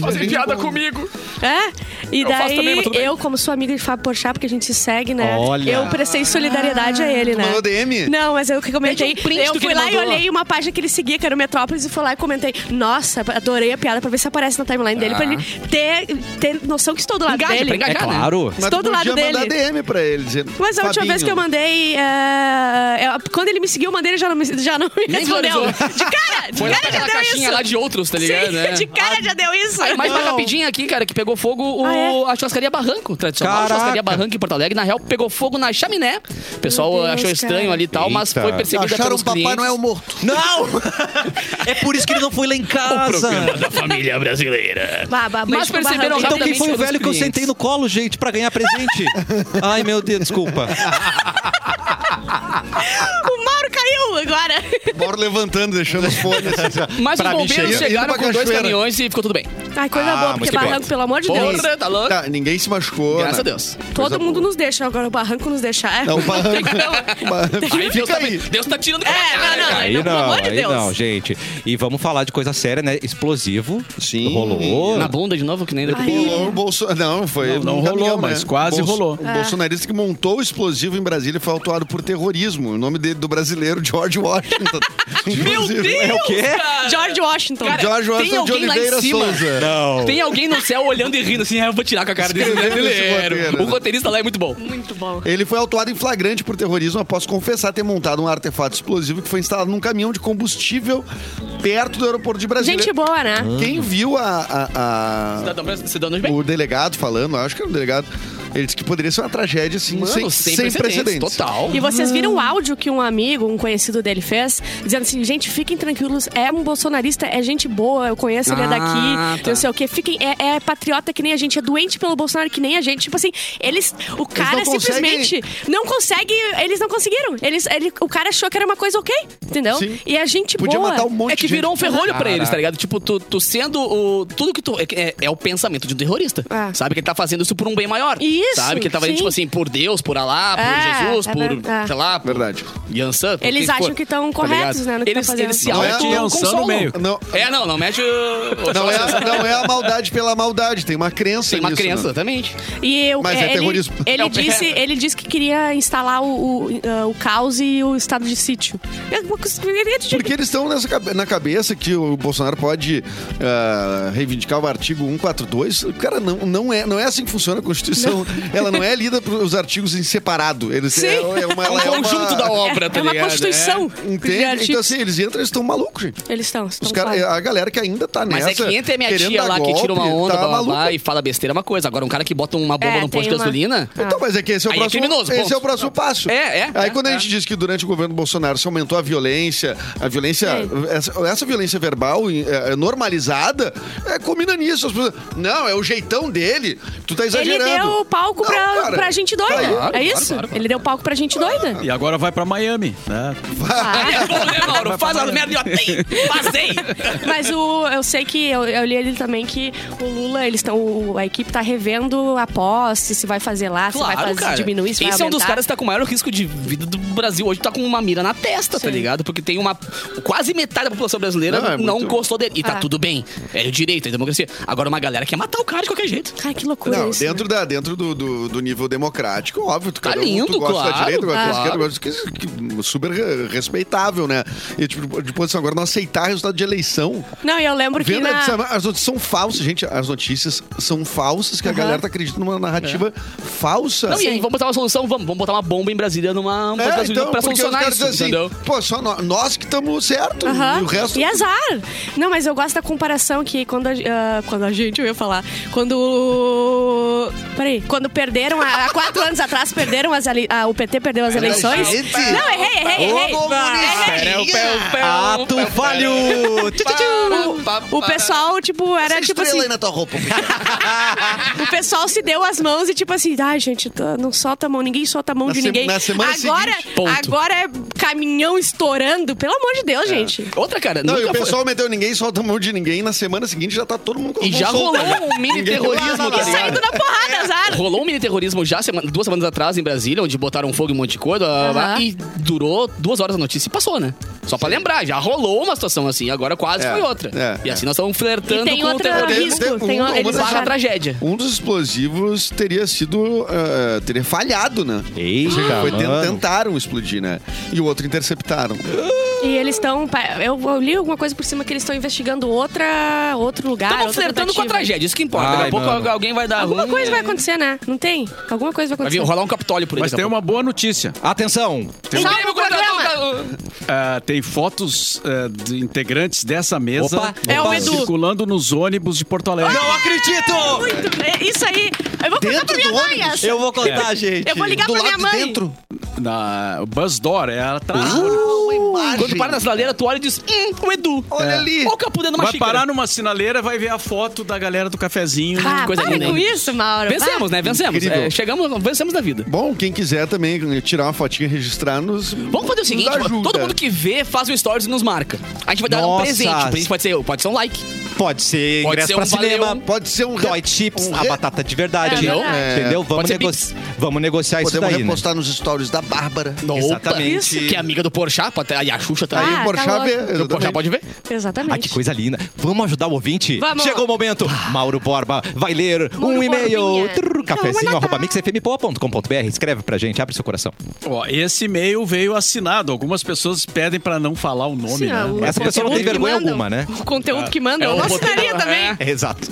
S8: Fazer piada comigo!
S3: É? E daí,
S8: faço também, mas tudo bem.
S3: eu, como sou amiga de Fábio Porchat, porque a gente se segue, né?
S1: Olha.
S3: Eu prestei solidariedade
S5: Ah,
S3: a ele, né?
S4: Mandou DM?
S3: Não, mas eu que comentei.
S5: Pede um print
S3: eu
S5: do que
S3: fui
S5: ele
S3: lá e
S5: mandou.
S3: olhei uma página que ele seguia, que era o Metrópolis, e fui lá e comentei. Nossa, adorei a piada pra ver se aparece na timeline dele, pra ele ter, ter noção que estou do lado
S5: Engaja,
S3: dele.
S5: pra engajar.
S1: É claro.
S4: Mas
S3: Estou
S4: tu
S3: do lado
S4: podia mandar
S3: dele.
S4: DM pra ele. Dizendo,
S3: Mas a última vez que eu
S4: "Fabinho,
S3: mandei. é, é, quando ele me seguiu, eu mandei ele já não me, já não me
S5: Nem
S3: respondeu.
S5: valorizou.
S3: De cara! De
S5: Foi lá
S3: cara já
S5: naquela
S3: deu
S5: caixinha
S3: isso!
S5: lá de outros, tá ligado?
S3: Sim, é
S5: né?
S3: de cara já deu isso!
S5: Aí, mais, mais rapidinho aqui, cara, que pegou fogo o,
S3: Ah, é?
S5: a churrascaria Barranco, tradicional
S1: Caraca.
S5: churrascaria Barranco em Porto Alegre. Na real, pegou fogo na chaminé. O pessoal
S3: Meu Deus,
S5: achou estranho
S3: cara.
S5: ali e tal, mas
S1: Eita.
S5: foi percebido
S4: Acharam
S5: pelos
S4: o Papai
S5: clientes.
S4: Noel morto.
S1: Não! É por isso que ele não foi lá em casa.
S3: Bah, bah,
S5: Mas
S3: beijo pro
S5: perceberam
S3: Barranco.
S1: Então quem foi o
S5: Exatamente,
S1: velho que eu
S5: clientes.
S1: sentei no colo, gente, pra ganhar presente? Ai, meu Deus, desculpa.
S3: O Mauro caiu! agora.
S4: Bora levantando, deixando os fones. assim, ó.
S5: Mas
S1: Pra
S5: os
S1: mim,
S5: bombeiros
S4: chega. Indo
S5: chegaram
S4: pra
S5: com dois
S4: cachoeira.
S5: caminhões e ficou tudo bem.
S3: Ai, coisa
S1: Ah,
S3: boa,
S1: mas
S3: porque
S1: que bom.
S3: barranco, pelo amor de Deus.
S5: Porra, tá louco?
S4: Tá, ninguém se machucou.
S5: Graças
S4: né?
S5: a Deus.
S4: coisa
S3: Todo mundo
S4: boa.
S3: nos deixa, agora o barranco nos deixa. É,
S4: Não, o barranco. barranco-
S5: Aí Deus,
S4: Fica
S5: Tá,
S4: aí.
S5: Deus tá tirando.
S3: É, não, não,
S1: Aí
S3: não,
S1: não,
S3: pelo amor de
S1: aí
S3: Deus.
S1: não, gente. E vamos falar de coisa séria, né? Explosivo.
S4: Sim.
S1: Rolou.
S5: Na bunda de novo, que nem...
S3: Ai.
S4: Rolou o Bolsonaro. Não, foi.
S6: Não, não
S4: num
S6: rolou,
S4: caminhão,
S6: mas quase rolou.
S4: O bolsonarista que montou o explosivo em Brasília foi autuado por terrorismo. O nome dele do brasileiro, George Washington.
S5: Meu
S4: Inclusive.
S5: Deus,
S1: É o quê?
S5: cara!
S3: George Washington.
S5: Cara,
S4: George
S5: Tem
S4: Washington de
S5: alguém lá em
S4: Oliveira
S5: cima.
S4: Souza.
S1: Não.
S5: Tem alguém no céu olhando e rindo assim, ah, eu vou tirar com a cara desse
S4: Escrevendo esse
S5: brasileiro.
S4: roteiro.
S5: O roteirista lá é muito bom.
S3: Muito bom.
S4: Ele foi autuado em flagrante por terrorismo após confessar ter montado um artefato explosivo que foi instalado num caminhão de combustível perto do aeroporto de Brasília.
S3: Gente boa, né?
S4: Quem viu a- a- a,
S5: Cidadão brasileiro, cidadão de tá bem.
S4: o delegado falando, acho que era um delegado, ele disse que poderia ser uma tragédia assim,
S5: Mano,
S4: sem, sem precedentes.
S5: Total.
S3: E vocês viram o áudio que um amigo, um conhecido dele fez, dizendo assim: gente, fiquem tranquilos, é um bolsonarista, é gente boa, eu conheço ele é
S5: Ah,
S3: daqui,
S5: tá.
S3: não sei o quê, fiquem, é, é patriota que nem a gente, é doente pelo Bolsonaro que nem a gente. Tipo assim, eles. O cara
S4: não conseguem-
S3: simplesmente não consegue, eles não conseguiram. Eles, ele, o cara achou que era uma coisa ok, entendeu?
S4: Sim.
S3: E a gente
S4: Podia
S3: boa.
S4: matar um monte
S5: É que
S4: de
S5: virou um
S4: gente.
S5: ferrolho pra eles, tá ligado? Tipo, tu, tu sendo o. Tudo que tu. é que É, é o pensamento de um terrorista.
S3: É.
S5: Sabe que ele tá fazendo isso por um bem maior.
S3: Isso,
S5: Sabe que ele tá fazendo,
S3: sim.
S5: tipo assim, por Deus, por Alá, por
S3: É,
S5: Jesus,
S3: é
S5: por.
S3: verdade.
S5: sei lá, por
S4: Verdade.
S5: Yansan. por
S3: Eles
S5: quem
S3: acham
S5: for,
S3: que tão
S5: tá
S3: corretos,
S5: ligado?
S3: né, no que
S5: eles,
S3: tão fazendo.
S5: eles se
S4: Não é
S5: auto
S4: o
S6: Yansan no
S5: consolam.
S6: meio.
S4: Não,
S5: É, não, não mete o.
S4: não, é, a- não é a maldade pela maldade, tem uma crença
S5: Tem uma
S4: nisso,
S5: crença,
S4: né?
S5: exatamente.
S3: E eu,
S4: Mas é
S3: ele,
S4: terrorismo.
S3: Ele,
S5: É o
S3: disse,
S5: PL.
S3: ele disse que queria instalar o, o, ah, o caos e o estado de sítio. É uma coisa- ele é de-
S4: Porque eles estão nessa cabe- na cabeça que o Bolsonaro pode ah, reivindicar o artigo 142. Cara, não, não, é, não é assim que funciona a Constituição. Ela não é lida pelos artigos em separado. Eles,
S3: Sim.
S4: É, é uma,
S5: É um
S4: ela é uma-
S5: conjunto da obra, tá
S3: é uma
S5: ligado?
S3: constituição. de
S4: Entende?
S3: artigos.
S4: Então, assim, eles entram, eles estão malucos, gente.
S3: Eles estão.
S4: Os cara, a galera que ainda tá
S5: Mas
S4: nessa.
S5: é que entre a minha
S4: querendo
S5: tia
S4: dar
S5: lá que tira uma
S4: golpe,
S5: onda,
S4: tá
S5: blá, blá, blá,
S4: maluca.
S5: e fala besteira é uma coisa. Agora, um cara que bota uma bomba
S3: É,
S5: num posto
S3: tem
S5: de
S3: uma-
S5: gasolina.
S4: Então, mas é que esse é o
S5: Aí é
S4: próximo.
S5: criminoso,
S4: esse
S5: ponto.
S4: é o próximo passo.
S5: É, é,
S4: Aí
S5: é,
S4: quando a
S5: é.
S4: gente diz que durante o governo Bolsonaro se aumentou a violência, a violência,
S3: É.
S4: essa, essa violência verbal eh, eh, normalizada, é, combina nisso. As pessoas, não, é o jeitão dele. Tu tá
S3: Ele
S4: exagerando.
S3: deu palco pra,
S4: Não, cara. tá
S3: pra gente doida.
S4: Claro,
S3: é isso? Ele deu palco pra gente doida.
S6: E agora vai pra Miami, né?
S4: Ah.
S5: É bom, né, Mauro? Faz a merda e eu tenho. Fazei.
S3: Mas o, eu sei que eu, eu li ele também que o Lula, eles estão. A equipe tá revendo a posse, se vai fazer lá, se vai
S5: Claro,
S3: fazer,
S5: cara.
S3: diminuir, se vai
S5: Esse é um dos
S3: aumentar.
S5: caras que tá com o maior risco de vida do Brasil. Hoje tá com uma mira na testa, tá
S3: Sim.
S5: ligado? Porque tem uma. Quase metade da população brasileira
S4: Não,
S5: não,
S4: é muito-
S5: gostou dele. E tá
S3: Ah.
S5: tudo bem. É o direito, é a democracia. Agora, uma galera quer matar o cara de qualquer jeito.
S3: Ai, que loucura
S4: Não,
S3: isso.
S4: dentro, da, dentro do, do, do nível democrático, óbvio, tu,
S5: Tá
S4: cada um,
S5: lindo,
S4: tu gosta da
S5: claro.
S4: direita, gosta da
S5: Ah.
S4: esquerda, gosta que, que, super re- respeitável, né? E tipo, de posição agora não aceitar resultado de eleição.
S3: né? Não, e eu lembro que.
S4: Vendo
S3: Na...
S4: sabe, as notícias são falsas, gente. As notícias são falsas, que a
S3: Aham.
S4: galera tá acreditando numa narrativa falsa.
S5: É.
S3: Ah,
S5: Não, e aí, vamos botar uma solução? Vamos, vamos botar uma bomba em Brasília numa.
S4: É,
S5: pra-
S4: então,
S5: pra
S4: porque os
S5: solucionar
S4: caras
S5: isso,
S4: dizem assim,
S5: entendeu?
S4: Pô, só nó- nós que estamos certo
S3: Aham.
S4: e o resto...
S3: E azar. Não, mas eu gosto da comparação que quando a, ah, quando a gente, eu ia falar, quando... Peraí, quando perderam, a- há quatro anos atrás, perderam as... ali- ah, o PT perdeu as eleições.
S4: gente.
S3: Não, errei, errei,
S5: Pera,
S3: errei.
S5: pera, pera.
S1: Ato falho! Tchu, tchu, tchu.
S3: O, o pessoal, tipo, era
S4: Essa
S3: tipo
S4: estrela
S3: assim,
S4: aí na tua roupa.
S3: o pessoal se deu as mãos e tipo assim, ai gente, tá- não solta a mão, ninguém solta a mão
S4: Na
S3: de
S4: se-
S3: ninguém.
S4: na semana
S3: agora,
S4: seguinte.
S5: Ponto.
S3: agora é caminhão estourando, pelo amor de
S4: É.
S3: Deus, gente.
S5: Outra, cara.
S4: Não, e
S5: nunca
S4: o
S5: foi-
S4: pessoal meteu ninguém, solta a mão de ninguém. Na semana seguinte já tá todo mundo com a
S5: E
S4: mão
S5: já
S4: solta.
S5: rolou um mini
S4: Ninguém-
S5: terrorismo, tá
S3: E
S5: ligado?
S3: saindo na porrada, azar.
S5: Rolou um mini terrorismo já semana- duas semanas atrás em Brasília, onde botaram fogo em um monte de coisa.
S3: Aham.
S5: E durou duas horas a notícia e passou, né? Só pra lembrar, já rolou uma situação assim, agora quase
S4: É,
S5: foi outra.
S4: é,
S5: e assim nós estamos flertando
S3: E tem
S5: com o
S3: outra
S5: terrorismo.
S4: terrorismo.
S3: risco. Tem,
S4: Um- uma
S3: eles
S4: das-
S5: Barra
S3: acharam-
S5: a tragédia.
S4: Um dos explosivos teria sido... eh, teria falhado, né?
S1: Eita,
S4: Foi ten-
S1: mano.
S4: tentaram explodir, né? E o outro interceptaram.
S3: E eles estão. Eu, eu li alguma coisa por cima que eles estão investigando outra, outro lugar.
S5: Estamos
S3: Ah, outra
S5: flertando com a
S3: tentativa.
S5: tragédia, isso que importa. Daqui
S1: Ai,
S5: a pouco
S1: mano.
S5: alguém vai dar
S3: Alguma
S5: ruim,
S3: coisa
S5: é.
S3: vai acontecer, né? Não tem? Alguma coisa vai
S5: Vai vir
S3: acontecer.
S5: rolar um Capitólio por aí.
S6: Mas
S5: daqui
S6: tem
S5: a pouco.
S6: uma boa notícia.
S1: Atenção!
S3: Salva
S5: Grêmio
S3: o programa.
S5: contratou-
S6: Ah, tem fotos ah, de integrantes dessa mesa
S1: Opa.
S3: É o Edu.
S6: circulando nos ônibus de Porto Alegre.
S1: Não acredito!
S3: Muito- é, Isso aí. Eu vou contar pra minha mãe essa.
S1: Eu vou contar, gente.
S3: Eu vou ligar
S4: Do
S3: pra minha
S4: lado de
S3: mãe.
S4: dentro.
S3: Ah,
S6: Na o Bus Door, é atrás. do ônibus.
S4: margem.
S5: Quando para na sinaleira, tu olha e diz, hum, o Edu.
S4: Olha ali.
S5: Olha o capô dentro de uma
S6: Vai
S5: xícara.
S6: parar numa sinaleira, vai ver a foto da galera do cafezinho.
S3: Ah,
S5: coisa
S3: para
S5: linda,
S3: com
S5: hein?
S3: isso, Mauro.
S5: Vencemos, né? Vencemos.
S4: Incrível.
S5: É, chegamos, vencemos na vida.
S4: Bom, quem quiser também tirar uma fotinha e registrar nos.
S5: Vamos fazer o seguinte, todo mundo que vê, faz o stories e nos marca. A gente vai dar um
S1: Nossa.
S5: presente. O presente pode ser, pode ser um like.
S1: Pode ser
S5: Pode
S1: ingresso
S5: ser um
S1: pra cinema,
S5: valeu.
S4: Pode ser um.
S1: Dói chips,
S4: um
S1: a
S4: re-
S1: batata de verdade.
S3: É verdade.
S4: É.
S1: Entendeu? Vamos,
S5: ser
S1: nego- vamos negociar isso
S4: Podemos
S1: daí, né?
S4: repostar nos stories da Bárbara.
S1: Exatamente.
S5: Isso, que é amiga do Porchat, pode ter, aí a Xuxa tá
S4: Aí
S5: aí.
S3: Ah,
S4: o Porchat
S3: tá
S4: vê.
S3: louco.
S5: o Porchat
S4: exatamente.
S5: pode ver.
S3: Exatamente.
S1: Ah, que coisa linda. Vamos ajudar o ouvinte?
S3: Vamos.
S1: Chegou o momento. Mauro Borba vai ler um
S3: Mauro
S1: e-mail.
S3: Borbinha.
S1: Trrr, Cafezinho,
S3: Então,
S1: arroba
S3: mandar.
S1: mixfmpoa.com.br. Escreve pra gente, abre seu coração.
S6: Ó, esse e-mail veio assinado. Algumas pessoas pedem pra não falar o nome,
S3: Sim,
S6: né?
S3: o
S1: Essa pessoa não tem
S3: conteúdo que
S1: vergonha
S3: mandam.
S1: alguma, né?
S3: O conteúdo que manda,
S6: É
S3: eu
S6: um
S3: não
S6: roteiro,
S3: assinaria
S6: é.
S3: também.
S1: Exato.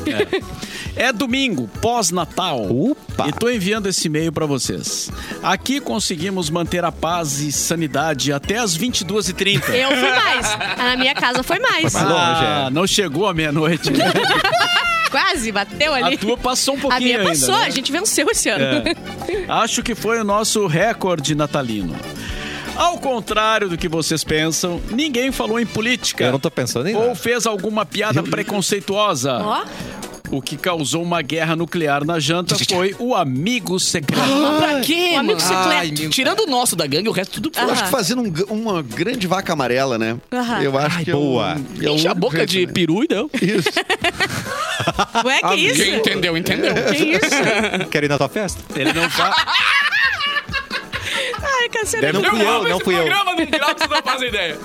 S6: É domingo, pós-Natal.
S1: Opa.
S6: E tô enviando esse e-mail pra vocês. Aqui conseguimos manter a paz e sanidade até as 22h30.
S3: Eu fui mais. Na minha casa foi mais.
S1: é. Foi mais longe.
S6: Ah,
S1: é.
S6: não chegou a meia-noite. né?
S3: Quase, bateu
S6: a
S3: ali.
S6: tua passou um
S3: A
S6: pouquinho
S3: minha
S6: ainda,
S3: passou,
S6: né?
S3: a gente venceu esse ano.
S6: É. Acho que foi o nosso recorde natalino. Ao contrário do que vocês pensam, ninguém falou em política.
S1: Eu não tô pensando em
S6: Ou
S1: nada.
S6: fez alguma piada preconceituosa.
S3: Ó,
S6: O que causou uma guerra nuclear na janta foi o amigo secreto.
S5: Mas pra quê,
S3: um
S5: mano?
S3: amigo secreto. Ah.
S5: Tirando o nosso da gangue, o resto tudo
S4: Eu
S5: foi.
S4: acho que fazendo um g- uma grande vaca amarela, né?
S3: Aham.
S4: Eu acho
S1: Ai,
S4: que é um-
S1: boa.
S4: é um
S5: Enche a boca de
S4: né?
S5: peru e deu.
S4: Isso.
S3: ué, que isso?
S5: Quem entendeu, entendeu.
S3: Que isso?
S1: Quero ir na tua festa?
S6: Ele não faz.
S3: Ai, cacete.
S1: Não fui eu, não fui eu.
S8: Programa num grau que vocês não fazem ideia.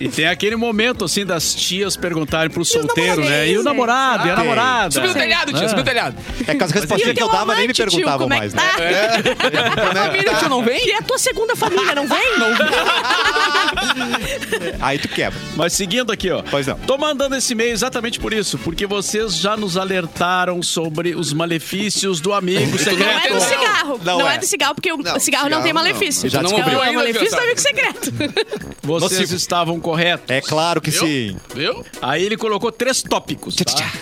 S6: E tem aquele momento, assim, das tias perguntarem pro solteiro, né? E
S3: namoradinhos,
S6: o namorado, e a
S1: Ah, Tem.
S6: namorada.
S5: Subiu o telhado, tia, subiu o telhado.
S1: É que as
S3: E o
S1: respostas que
S3: teu
S1: eu dava nem me
S3: amante, tio,
S1: perguntavam
S3: como é
S1: mais,
S3: que
S1: né? É.
S3: tá?
S5: Família, tio, não vem?
S3: E é a tua segunda família, não vem?
S1: Aí tu quebra.
S6: Mas seguindo aqui, ó.
S1: Pois não.
S6: Tô mandando esse e-mail exatamente por isso, porque vocês já nos alertaram sobre os malefícios do amigo
S3: Não é
S6: secreto.
S3: do cigarro.
S1: Não
S3: Não,
S1: é.
S3: é do cigarro, porque o
S4: Não,
S3: cigarro, não tem
S4: cigarro não.
S3: malefício.
S1: Já
S3: O
S5: descobriu.
S3: cigarro não é
S8: Ainda,
S3: malefício do
S8: Fiosado.
S3: amigo secreto.
S6: Vocês
S1: Nocivo.
S6: estavam corretos.
S1: É claro que sim.
S8: Viu?
S6: Aí ele colocou três tópicos, tá?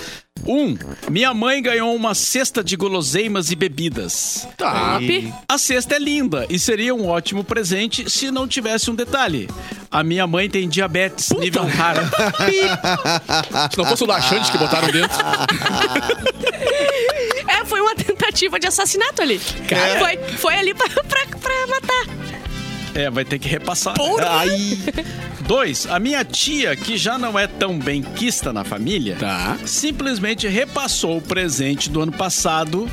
S6: Um, minha mãe ganhou uma cesta de goloseimas e bebidas.
S5: Tá.
S3: Top.
S6: A cesta é linda e seria um ótimo presente se não tivesse um detalhe. A minha mãe tem diabetes nível raro.
S5: Se não fosse o laxante que botaram dentro.
S3: É, foi uma tentativa de assassinato ali.
S5: Cara.
S3: Foi, foi ali pra, pra, pra matar.
S6: É, vai ter que repassar.
S1: Aí.
S6: Dois, a minha tia, que já não é tão benquista na família,
S5: Tá.
S6: simplesmente repassou o presente do ano passado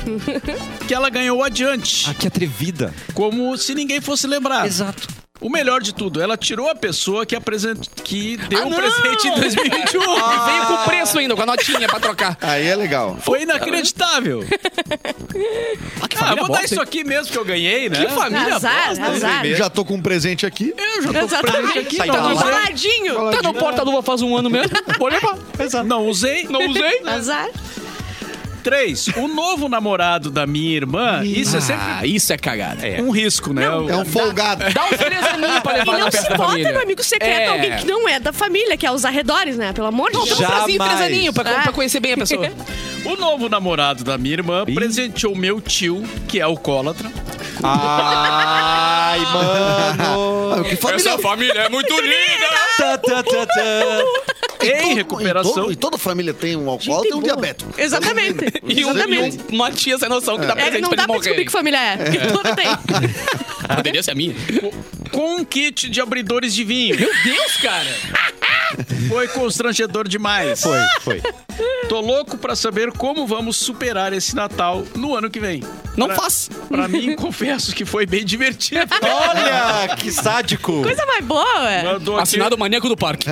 S6: que ela ganhou adiante,
S1: Ah, que atrevida.
S6: como se ninguém fosse lembrar.
S1: Exato.
S6: O melhor de tudo, ela tirou a pessoa que apresent... que deu
S5: Ah,
S6: o
S5: não! Ah.
S6: presente em 2021.
S5: E veio com o preço ainda, com a notinha pra trocar.
S4: Aí é legal.
S6: Foi inacreditável. Ah,
S5: família
S6: vou dar
S5: bosta,
S6: isso aqui mesmo que eu ganhei, né?
S5: Que família
S3: Azar,
S5: bosta.
S3: né? azar.
S4: Já tô com um presente aqui.
S3: Exatamente.
S1: Tá
S3: Tá no
S1: embalado.
S3: baladinho.
S5: Tá no porta-luva faz um ano mesmo. Olha pra...
S6: Não usei.
S8: Não usei.
S3: um Azar.
S6: Três, o novo namorado da minha irmã, isso é sempre
S5: Ah, isso é cagada. É.
S6: um risco, né? O-
S4: É um folgado.
S5: Dá uns três aninhos pra
S3: E
S5: levar na
S3: não se
S5: festa da
S3: bota
S5: família.
S3: no amigo secreto
S5: É.
S3: alguém que não é da família, que é os arredores, né? Pelo amor de Deus.
S5: Dá um prazinho, três
S1: Jamais.
S5: aninhos pra,
S3: Ah.
S5: pra conhecer bem a pessoa. um-
S6: O novo namorado da minha irmã presenteou meu tio, que é alcoólatra.
S1: Ai, mano.
S4: Ah, que família.
S8: Essa família é muito linda.
S1: Tá, tá, tá, tá.
S6: Em
S4: E, todo-
S6: recuperação.
S4: e toda família tem um alcoólatra e um
S3: boa.
S4: diabético.
S3: Exatamente.
S5: E um,
S3: Exatamente.
S5: e um Matias sem noção que dá
S3: É que
S5: presente
S3: não
S5: pra
S3: dá
S5: ele
S3: pra descobrir
S5: morrer.
S3: que família é. Porque toda tem.
S5: Poderia ser a minha.
S6: Com um kit de abridores de vinho.
S5: Meu Deus, cara.
S6: Foi constrangedor demais.
S1: Foi, foi.
S6: Tô louco pra saber como vamos superar esse Natal no ano que vem.
S5: Não
S6: Pra-
S5: faz.
S6: Pra mim, confesso que foi bem divertido.
S1: Olha, que sádico.
S3: Coisa mais boa.
S6: Mandou aqui-
S5: Assinado o maníaco do parque.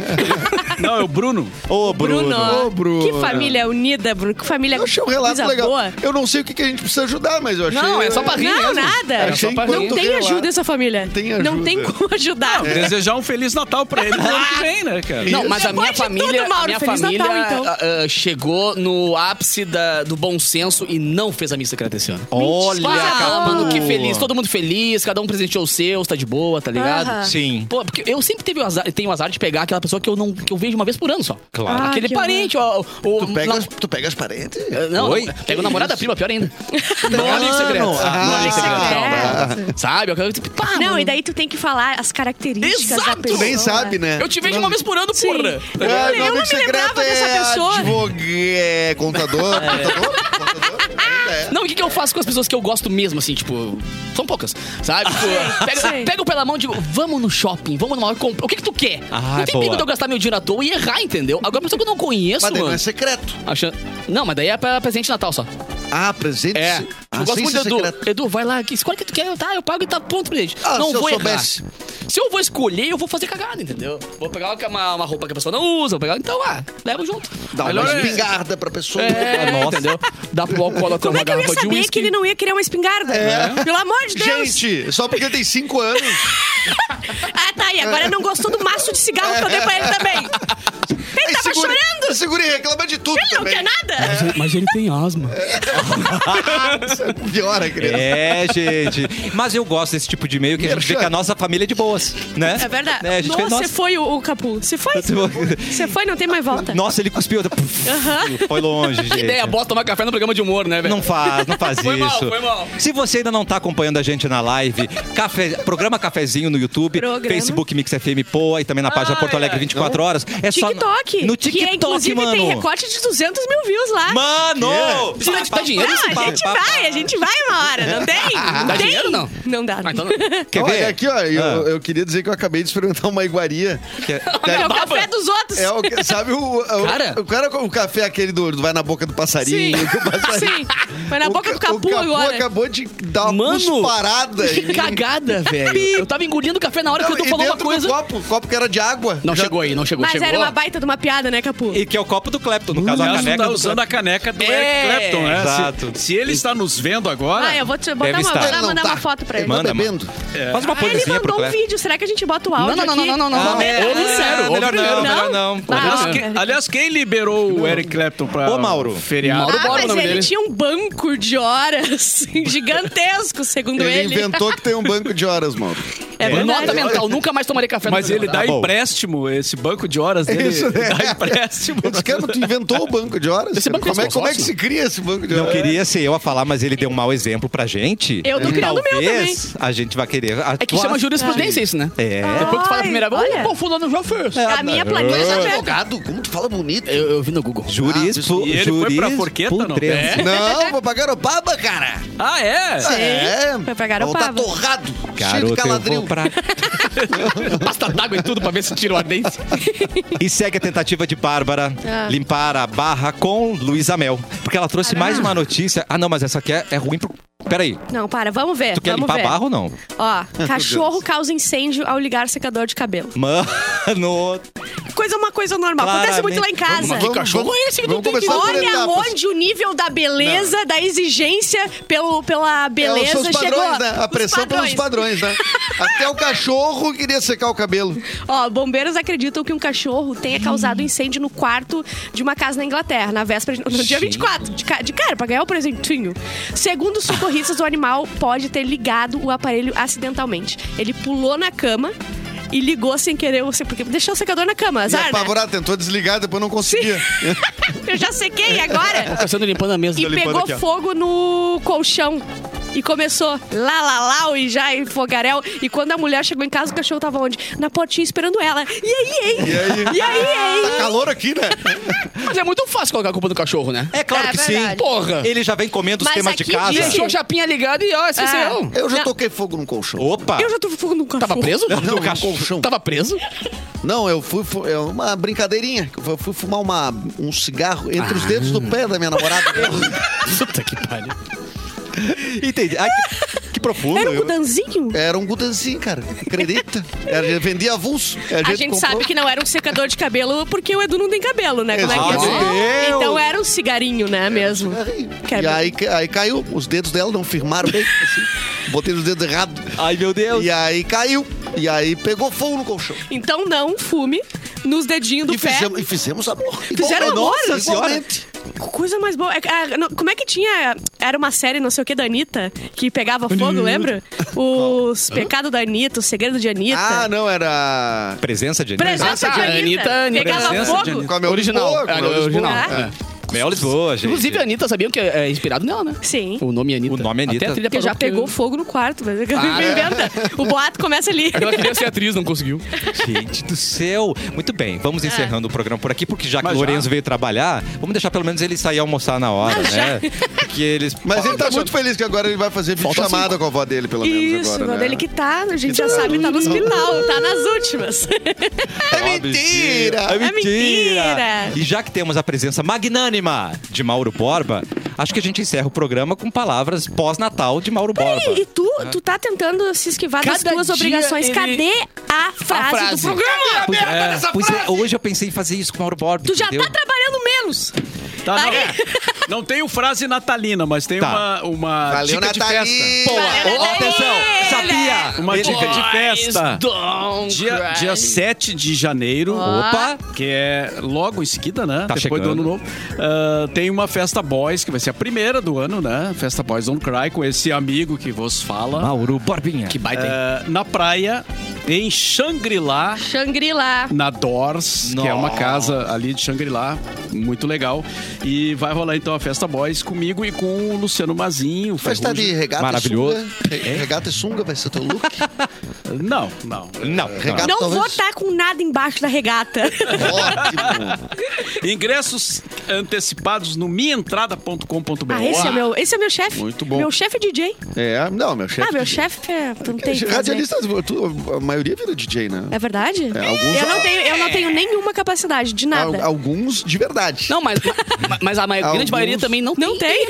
S6: Não, é o Bruno.
S1: Ô, Bruno.
S4: Ô, Bruno.
S3: Que família unida, Bruno. Que família
S4: Eu achei um relato
S3: coisa
S4: legal.
S3: boa.
S4: Eu não sei o que, que a gente precisa ajudar, mas eu achei.
S5: Não, é só pra rir mesmo.
S3: Não, nada.
S4: Achei
S5: pra
S4: enquanto
S5: mim.
S3: Não tem
S4: relato.
S3: ajuda essa família.
S4: Tem
S3: Não
S4: ajuda. É.
S3: tem como ajudar.
S6: Desejar um Feliz Natal pra ele no ano que vem, né, cara?
S5: Não, mas a
S3: Depois
S5: minha
S3: de
S5: família,
S3: tudo, Mauro,
S5: a minha
S3: Feliz
S5: família
S3: Natal, então.
S5: ah, ah, chegou no ápice da- do bom senso e não fez a missa secreta esse ano.
S1: Olha,
S5: Ah,
S1: cara.
S5: mano, que feliz. Todo mundo feliz, cada um presenteou os seus, tá de boa, tá ligado?
S3: Aham.
S1: Sim.
S5: Pô, porque eu sempre teve o azar, tenho o azar de pegar aquela pessoa que eu não que eu atende uma vez por ano só.
S1: Claro.
S3: Ah,
S5: Aquele
S3: que
S5: parente, ó. O,
S4: Tu pega, as, tu pega as paredes?
S5: Não, não,
S1: Oi?
S5: pega o namorado da prima, pior ainda. Não, é amigo secreto.
S1: ah,
S5: Não, amigo secreto.
S3: Ah,
S5: Não, Sabe? Eu, eu, tipo, pá,
S3: Não,
S5: mano,
S3: e daí tu tem que falar as características da
S5: Exato!
S3: pessoa.
S4: Tu nem
S3: é.
S4: sabe, né?
S5: eu te vejo uma vez por ano,
S3: Sim.
S5: porra.
S4: Ah,
S3: Eu
S4: meu
S3: não
S4: amigo
S3: me lembrava
S4: secreto
S3: dessa
S4: é
S3: pessoa.
S4: advogue- é contador, contador, contador. É.
S5: Não, o que, que eu faço com as pessoas que eu gosto mesmo, assim, tipo. São poucas, sabe? Tipo,
S3: sei.
S5: pego, pego pela mão e digo, vamos no shopping, vamos numa compra. O que, que tu quer?
S1: Ah,
S5: não tem
S1: boa.
S5: perigo de eu gastar meu dinheiro à toa e errar, entendeu? Agora, a pessoa que eu não conheço,
S4: Mas daí não
S5: mano.
S4: é secreto.
S5: acha- Não, mas daí é pra presente de Natal só.
S4: Ah, presente.
S5: É. eu
S4: Ah,
S5: gosto
S4: sem
S5: muito
S4: ser
S5: do
S4: secreto.
S5: Edu. Edu, vai lá, que- escolhe o que tu quer, tá? Eu pago e tá pronto pra gente.
S4: Ah,
S5: não
S4: se eu
S5: vou
S4: soubesse.
S5: errar. Se eu vou escolher, eu vou fazer cagada, entendeu? Vou pegar uma, uma roupa que a pessoa não usa, vou pegar. Então, ah, levo junto.
S4: Dá uma
S5: Melhor é-
S4: espingarda pra pessoa.
S5: É, entendeu? Dá pro alcoólatra
S3: Como
S5: uma
S3: é que eu ia
S5: garrafa de
S3: saber
S5: uísque.
S3: que ele não ia querer uma espingarda? Pelo amor de Deus!
S4: É. Gente, só porque tem cinco anos.
S3: Ah, tá, e agora não gostou do maço de cigarro que eu dei pra ele também. Ele tava
S4: segura,
S3: chorando!
S4: Segura e reclama de tudo
S3: Ele não
S4: também.
S3: quer nada!
S2: Mas, mas ele tem asma.
S4: Piora, criança.
S1: É, gente. Mas eu gosto desse tipo de e-mail que a gente vê que a nossa família é de boas, né?
S3: É verdade.
S1: É, a gente
S3: Nossa,
S1: vê,
S3: você
S1: nossa,
S3: foi o, o Capu. Você foi?
S1: Você foi.
S3: Você foi, não tem mais volta.
S1: nossa, ele cuspiu. Puf, Foi longe, gente.
S5: Que ideia boa tomar café no programa de humor, né, velho?
S1: Não faz, não faz
S5: Foi
S1: isso.
S5: mal, foi mal.
S1: Se você ainda não tá acompanhando a gente na live, café- programa Cafezinho no YouTube,
S3: Programa.
S1: Facebook Mix FM Poa e também na página
S5: Ai,
S1: Porto Alegre
S5: ai.
S1: 24 horas. É só
S3: TikTok.
S1: no
S3: Que,
S1: TikTok,
S3: inclusive,
S1: mano.
S3: tem recorte de 200 mil views lá.
S1: Mano!
S5: Isso dá- dá dinheiro?
S3: não,
S5: isso?
S3: a gente vai, a gente vai uma hora, não tem? Dá tem.
S5: dinheiro, não?
S3: Não dá.
S5: Ah, então não.
S1: Quer
S4: Olha,
S1: ver?
S4: aqui, ó, eu,
S1: Ah.
S4: eu queria dizer que eu acabei de experimentar uma iguaria.
S1: Quer-
S3: É o
S5: Baba.
S3: café dos outros.
S4: É o que, sabe o, o-
S5: Cara.
S4: o cara com o café aquele do, do vai na boca do passarinho.
S3: Sim.
S4: que o passarinho-
S3: Sim. Foi na
S4: o
S3: boca
S4: ca-
S3: do Capu
S4: o é
S3: agora.
S4: acabou de dar uma
S5: Mano,
S4: cusparada.
S5: Que
S4: em-
S5: cagada, velho. Eu tava engolindo café na hora que o
S4: Não,
S5: Edu
S4: e
S5: falou uma
S4: dentro do
S5: coisa.
S4: copo, copo que era de água.
S5: Não
S4: Já- tá
S5: chegou aí, não chegou.
S3: Mas
S5: chegou.
S3: era uma baita de uma piada, né, Capu?
S1: E que é o copo do Clapton, no caso, a
S6: Aliás, tu
S1: caneca
S6: tá
S1: do
S6: usando a caneca do
S5: É,
S6: Eric Clapton, né? Se-
S1: exato.
S6: Se, ele está nos vendo agora.
S3: Ah, eu vou te botar
S1: Deve
S3: uma,
S1: estar.
S3: vou dar-
S4: Ele não
S3: mandar
S4: tá.
S3: uma foto pra ele.
S4: Tá
S1: Manda,
S4: bebendo.
S6: É.
S1: Faz uma
S3: Ah, ele
S1: poesinha pro
S3: mandou um
S1: Clapton.
S3: vídeo. Será que a gente bota o
S5: Não,
S3: áudio
S5: não, não, não,
S3: aqui?
S5: não, não, não.
S1: Não, é,
S5: Ou no zero, ou
S1: melhor
S5: no
S1: não,
S5: zero.
S1: melhor
S3: Não?
S1: não.
S3: Bah,
S6: Aliás,
S3: Ah,
S6: que-
S3: Eric.
S6: aliás, quem liberou o Eric Clapton pra.
S1: Ô, Mauro.
S6: Feriado.
S5: Mauro.
S3: Ah,
S5: Bora o
S3: mas
S5: nome
S3: ele
S5: dele.
S3: tinha um banco de horas assim, gigantesco, segundo
S4: Ele,
S3: é ele.
S4: inventou que tem um banco de horas, Mauro.
S3: É verdade.
S5: Nota mental, nunca mais tomarei café
S6: Mas
S5: no
S6: ele dá
S5: programa.
S1: Tá bom.
S6: empréstimo, esse banco de horas dele.
S4: Isso, né?
S6: Dá empréstimo.
S4: Eu disse, cara, mas tu inventou o banco de horas?
S5: Esse banco é
S4: como, é,
S5: de
S4: como é que
S5: consórcio?
S4: se cria esse banco de
S1: Não
S4: horas?
S1: queria ser eu a falar, mas ele deu um mau exemplo pra gente.
S3: Eu tô
S1: E
S3: criando o meu
S1: Talvez a gente vai querer.
S5: É que chama
S1: jurisprudência.
S5: jurisprudência isso, né?
S1: É.
S3: Ah.
S5: Depois que tu fala a primeira vez,
S3: Olha.
S5: pô, fulano já fez.
S3: A minha planilha
S5: É.
S3: tá aberta.
S4: É Advogado, como tu fala bonito.
S5: Eu, eu vi no Google.
S1: Juris, pu,
S6: Ah, E ele foi pra
S1: juris
S6: Forqueta, não?
S1: pudrez.
S4: Não, vou pagar o baba, cara.
S6: Ah, é?
S4: É.
S3: Foi pra
S4: Tá
S3: Garopaba.
S4: torrado, cheio de
S1: Garoto, eu
S4: caladril.
S1: vou pra...
S5: Pasta d'água e tudo pra ver se tira o ardência.
S1: E segue a tentativa de Bárbara
S3: Ah.
S1: limpar a barra com Luísa Mel. Porque ela trouxe mais uma notícia. Ah, não, mas essa aqui é, é ruim pro... Peraí,
S3: Não, para, vamos ver.
S1: tu quer
S3: É, vamos
S1: limpar
S3: ver.
S1: a barra ou não?
S3: Ó, cachorro causa incêndio ao ligar secador de cabelo.
S1: Mano...
S3: Coisa é uma coisa normal. Acontece muito lá em
S1: Claramente.
S3: casa.
S4: Vamos-
S5: cachorro é esse que
S4: vamos
S5: tu tem que-
S4: começar por
S3: Olha
S4: etapas.
S3: onde o nível da beleza, da exigência pelo, pela beleza
S4: são É, os
S3: chegou.
S4: padrões, né? A
S3: Os
S4: pressão pelos padrões, né? Até o cachorro queria secar o cabelo.
S3: Ó, bombeiros acreditam que um cachorro tenha causado incêndio no quarto de uma casa na Inglaterra, na véspera, de, no dia 24, de, ca- de cara, pra ganhar o presentinho. Segundo os socorristas, o animal pode ter ligado o aparelho acidentalmente. Ele pulou na cama e ligou sem querer, o se- porque deixou o secador na cama,
S4: E
S3: azar, né?
S4: apavorado, tentou desligar, depois não conseguia.
S3: Eu já sequei agora.
S5: Caçando limpando a mesa.
S3: e pegou fogo no colchão. E começou lá, lá, lá, e já, e fogaréu. E quando a mulher chegou em casa, o cachorro tava onde? Na portinha esperando ela. E aí, hein?
S4: E aí?
S3: E aí, hein?
S4: Tá calor aqui, né?
S5: Mas é muito fácil colocar a culpa no cachorro, né?
S1: É claro
S3: É
S1: que
S3: verdade.
S1: sim.
S5: Porra.
S1: Ele já vem comendo os
S3: Mas
S1: temas de
S3: aqui
S1: casa.
S3: diz-
S5: Deixou a chapinha ligada e ó, esse
S3: Ah.
S5: é eu.
S4: Eu já toquei fogo no colchão.
S1: Opa!
S3: Eu já tô fogo no cachorro.
S5: Tava preso?
S4: Não, no colchão.
S5: Tava preso?
S4: Não, eu fui. fu- É uma brincadeirinha. Eu fui fumar uma, um cigarro entre os dedos do pé da minha namorada.
S5: Puta que pariu.
S1: Entendi. Ai, que, que profundo.
S3: Era um
S1: Eu-
S3: gudanzinho?
S4: Era um gudanzinho, cara. Acredita? Era, vendia avulso. é,
S3: A gente sabe que não era um secador de cabelo porque o Edu não tem cabelo, né? Como é que
S1: Exato.
S3: é?
S1: Meu.
S3: Então era um cigarinho, né, mesmo?
S4: é, E aí, ca- aí caiu. Os dedos dela não firmaram bem. assim. Botei os dedos errados.
S1: Ai, meu Deus.
S4: E aí caiu. E aí pegou fogo no colchão.
S3: Então não fume nos dedinhos do
S4: e,
S3: pé.
S4: fizemos, e fizemos amor.
S3: Fizeram
S4: Igual-
S3: amor?
S4: Nossa senhora.
S3: Com coisa mais boa. É, é, não, como é que tinha. Era uma série, não sei o que, da Anitta, que pegava fogo, lembra? Os pecados da Anitta, o segredo de Anitta.
S4: Ah, não, era.
S1: Presença de Anitta.
S3: Presença
S5: Ah,
S3: de
S5: tá,
S3: Anitta.
S5: Anitta, Anitta.
S3: Pegava
S1: Presença de
S3: fogo.
S4: Com a Mel
S5: Original.
S4: Lisboa, com a
S5: É,
S4: Mel Lisboa.
S5: original.
S3: Ah.
S5: é.
S1: Mel Lisboa, gente.
S5: Inclusive, a Anitta, sabiam que é é inspirado nela, né?
S3: Sim.
S5: O nome Anitta.
S1: O nome Anitta.
S5: Até a trilha
S3: Porque
S5: parou
S3: já pegou fogo no quarto, mas é inventa. O boato começa ali.
S5: Ela queria ser atriz, não conseguiu.
S1: Gente do céu. Muito bem, vamos encerrando o programa por aqui, porque É. já que o
S6: Mas já.
S1: Lourenço veio trabalhar, vamos deixar pelo menos ele sair almoçar na hora, né? Que eles.
S4: Mas ele tá muito feliz que agora ele vai fazer videochamada com a avó dele, pelo menos
S3: Isso,
S4: agora.
S3: agora
S4: né?
S3: dele que tá, a gente já sabe, tá no hospital, tá nas últimas.
S4: É mentira!
S1: É mentira!
S3: mentira!
S1: E já que temos a presença magnânima de Mauro Borba, acho que a gente encerra o programa com palavras pós-natal de Mauro Borba.
S3: E tu, tu tá tentando se esquivar das
S5: Cada
S3: tuas
S5: dia
S3: obrigações.
S5: ele-
S3: Cadê a frase,
S5: frase.
S3: do programa?
S1: Pois, é, pois é, hoje eu pensei em fazer isso com o Mauro Borba.
S3: Tu já
S1: entendeu?
S3: tá trabalhando menos.
S6: Tá, não,
S3: Aí-
S6: não tenho frase natalina, mas tem
S1: Tá.
S6: uma, uma
S4: Valeu,
S6: dica de
S4: Nathalie!
S6: festa.
S3: né?
S1: Boa! Ó, atenção!
S3: é
S1: Sabia!
S6: Uma
S1: Ele-
S6: dica de festa.
S5: Don't
S6: Dia,
S5: cry.
S6: dia 7 de janeiro.
S1: Opa!
S6: Que é logo em seguida, né?
S1: Tá chegando.
S6: Depois do ano novo. Ah, tem uma festa boys, que vai ser a primeira do ano, né? Festa Boys Don't Cry, com esse amigo que vos fala.
S1: Mauro Borbinha.
S5: Que baita. hein?
S6: Ah, na praia, em Shangri-La,
S3: Shangri-La.
S6: na Dors, que é uma casa ali de Shangri-La, muito legal. E vai rolar então a Festa Boys comigo e com o Luciano Mazinho. o
S4: Festa de
S6: Ferrugem.
S4: regata
S1: Maravilhoso.
S4: e sunga. Re- Regata e sunga vai ser teu look.
S6: Não, não.
S1: Não,
S4: Regata,
S1: não.
S3: Não
S4: talvez.
S3: vou estar com nada embaixo da regata.
S4: Ótimo.
S6: Ingressos antecipados no minhaentrada.com.br.
S3: Ah, esse é meu, esse é meu chefe.
S4: Muito bom.
S3: Meu chefe é DJ.
S4: É, não, meu chefe.
S3: Ah, meu chefe é. Tu não tem. o que fazer.
S4: Radialistas, tu- a maioria vira DJ, né?
S3: É verdade?
S4: alguns-
S3: eu, não tenho, eu não tenho nenhuma capacidade de nada.
S4: Al- alguns de verdade.
S5: Não, mas, ma- mas a ma-
S4: Alguns-
S5: grande maioria também não tem.
S3: Não tem?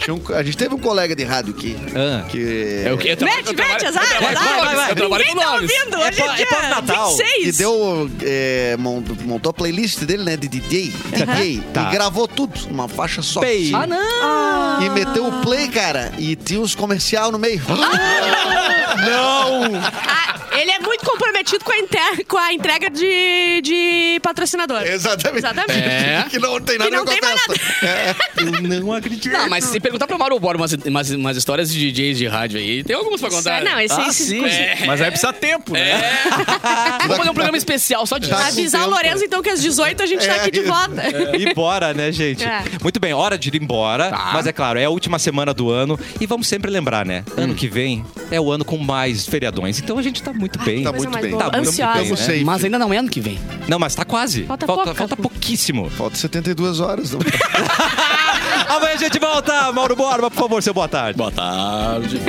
S4: Tinha um- a gente teve um colega de rádio que.
S1: Ah.
S4: que
S5: É o quê? Eu trabalho-
S3: Mete,
S5: eu trabalho-
S3: mete, azar,
S5: eu trabalho com
S3: azar,
S5: nomes,
S3: vai, vai.
S5: Eu trabalho com
S3: Ninguém tá
S5: nomes.
S3: ouvindo. Hoje é,
S1: pó- é
S3: dia
S1: pós-Natal.
S3: 26.
S4: que deu, é, mon- montou a playlist dele, né? De DJ. DJ.
S1: Tá.
S4: E gravou tudo numa faixa só.
S1: Bem.
S5: Ah, não.
S4: E meteu o play, cara. E tinha uns comercial no meio.
S3: Ah, ele é muito comprometido com a, inter- com a entrega de, de patrocinador.
S4: Exatamente.
S3: Exatamente.
S4: Que não tem nada
S3: Que
S4: a
S3: não
S4: ver
S3: tem
S4: com a
S3: mais
S4: festa. É.
S1: Eu não acredito.
S5: Não, mas se perguntar pro Mauro Borba umas, umas, umas histórias de DJs de rádio aí, tem algumas pra
S3: Isso
S5: contar.
S3: é- Não, esse,
S6: Ah,
S3: esse-
S6: sim.
S5: É.
S6: Mas aí precisa tempo, né?
S3: tá
S5: Vamos fazer um programa especial só disso.
S4: Tá.
S3: Avisar o
S4: tempo.
S3: Lourenço, então, que às 18 a gente tá
S4: É,
S3: aqui de
S4: isso.
S3: volta.
S1: E bora, né, gente?
S3: É.
S1: Muito bem, hora de ir embora.
S5: Tá.
S1: Mas é claro, é a última semana do ano. E vamos sempre lembrar, né? Ano que vem é o ano com mais feriadões. Então a gente tá muito bem.
S4: tá
S3: Coisa
S4: muito
S3: mais
S4: bem.
S3: boa.
S1: Tá muito
S3: Ansiosa.
S1: bem, né?
S4: Safe.
S5: Mas ainda não é ano que vem.
S1: Não, mas tá quase.
S3: Falta pouca.
S1: falta pouquíssimo.
S4: Falta 72 horas. Não.
S1: Amanhã a gente volta. Mauro Borba, por favor, seu boa tarde.
S6: Boa tarde.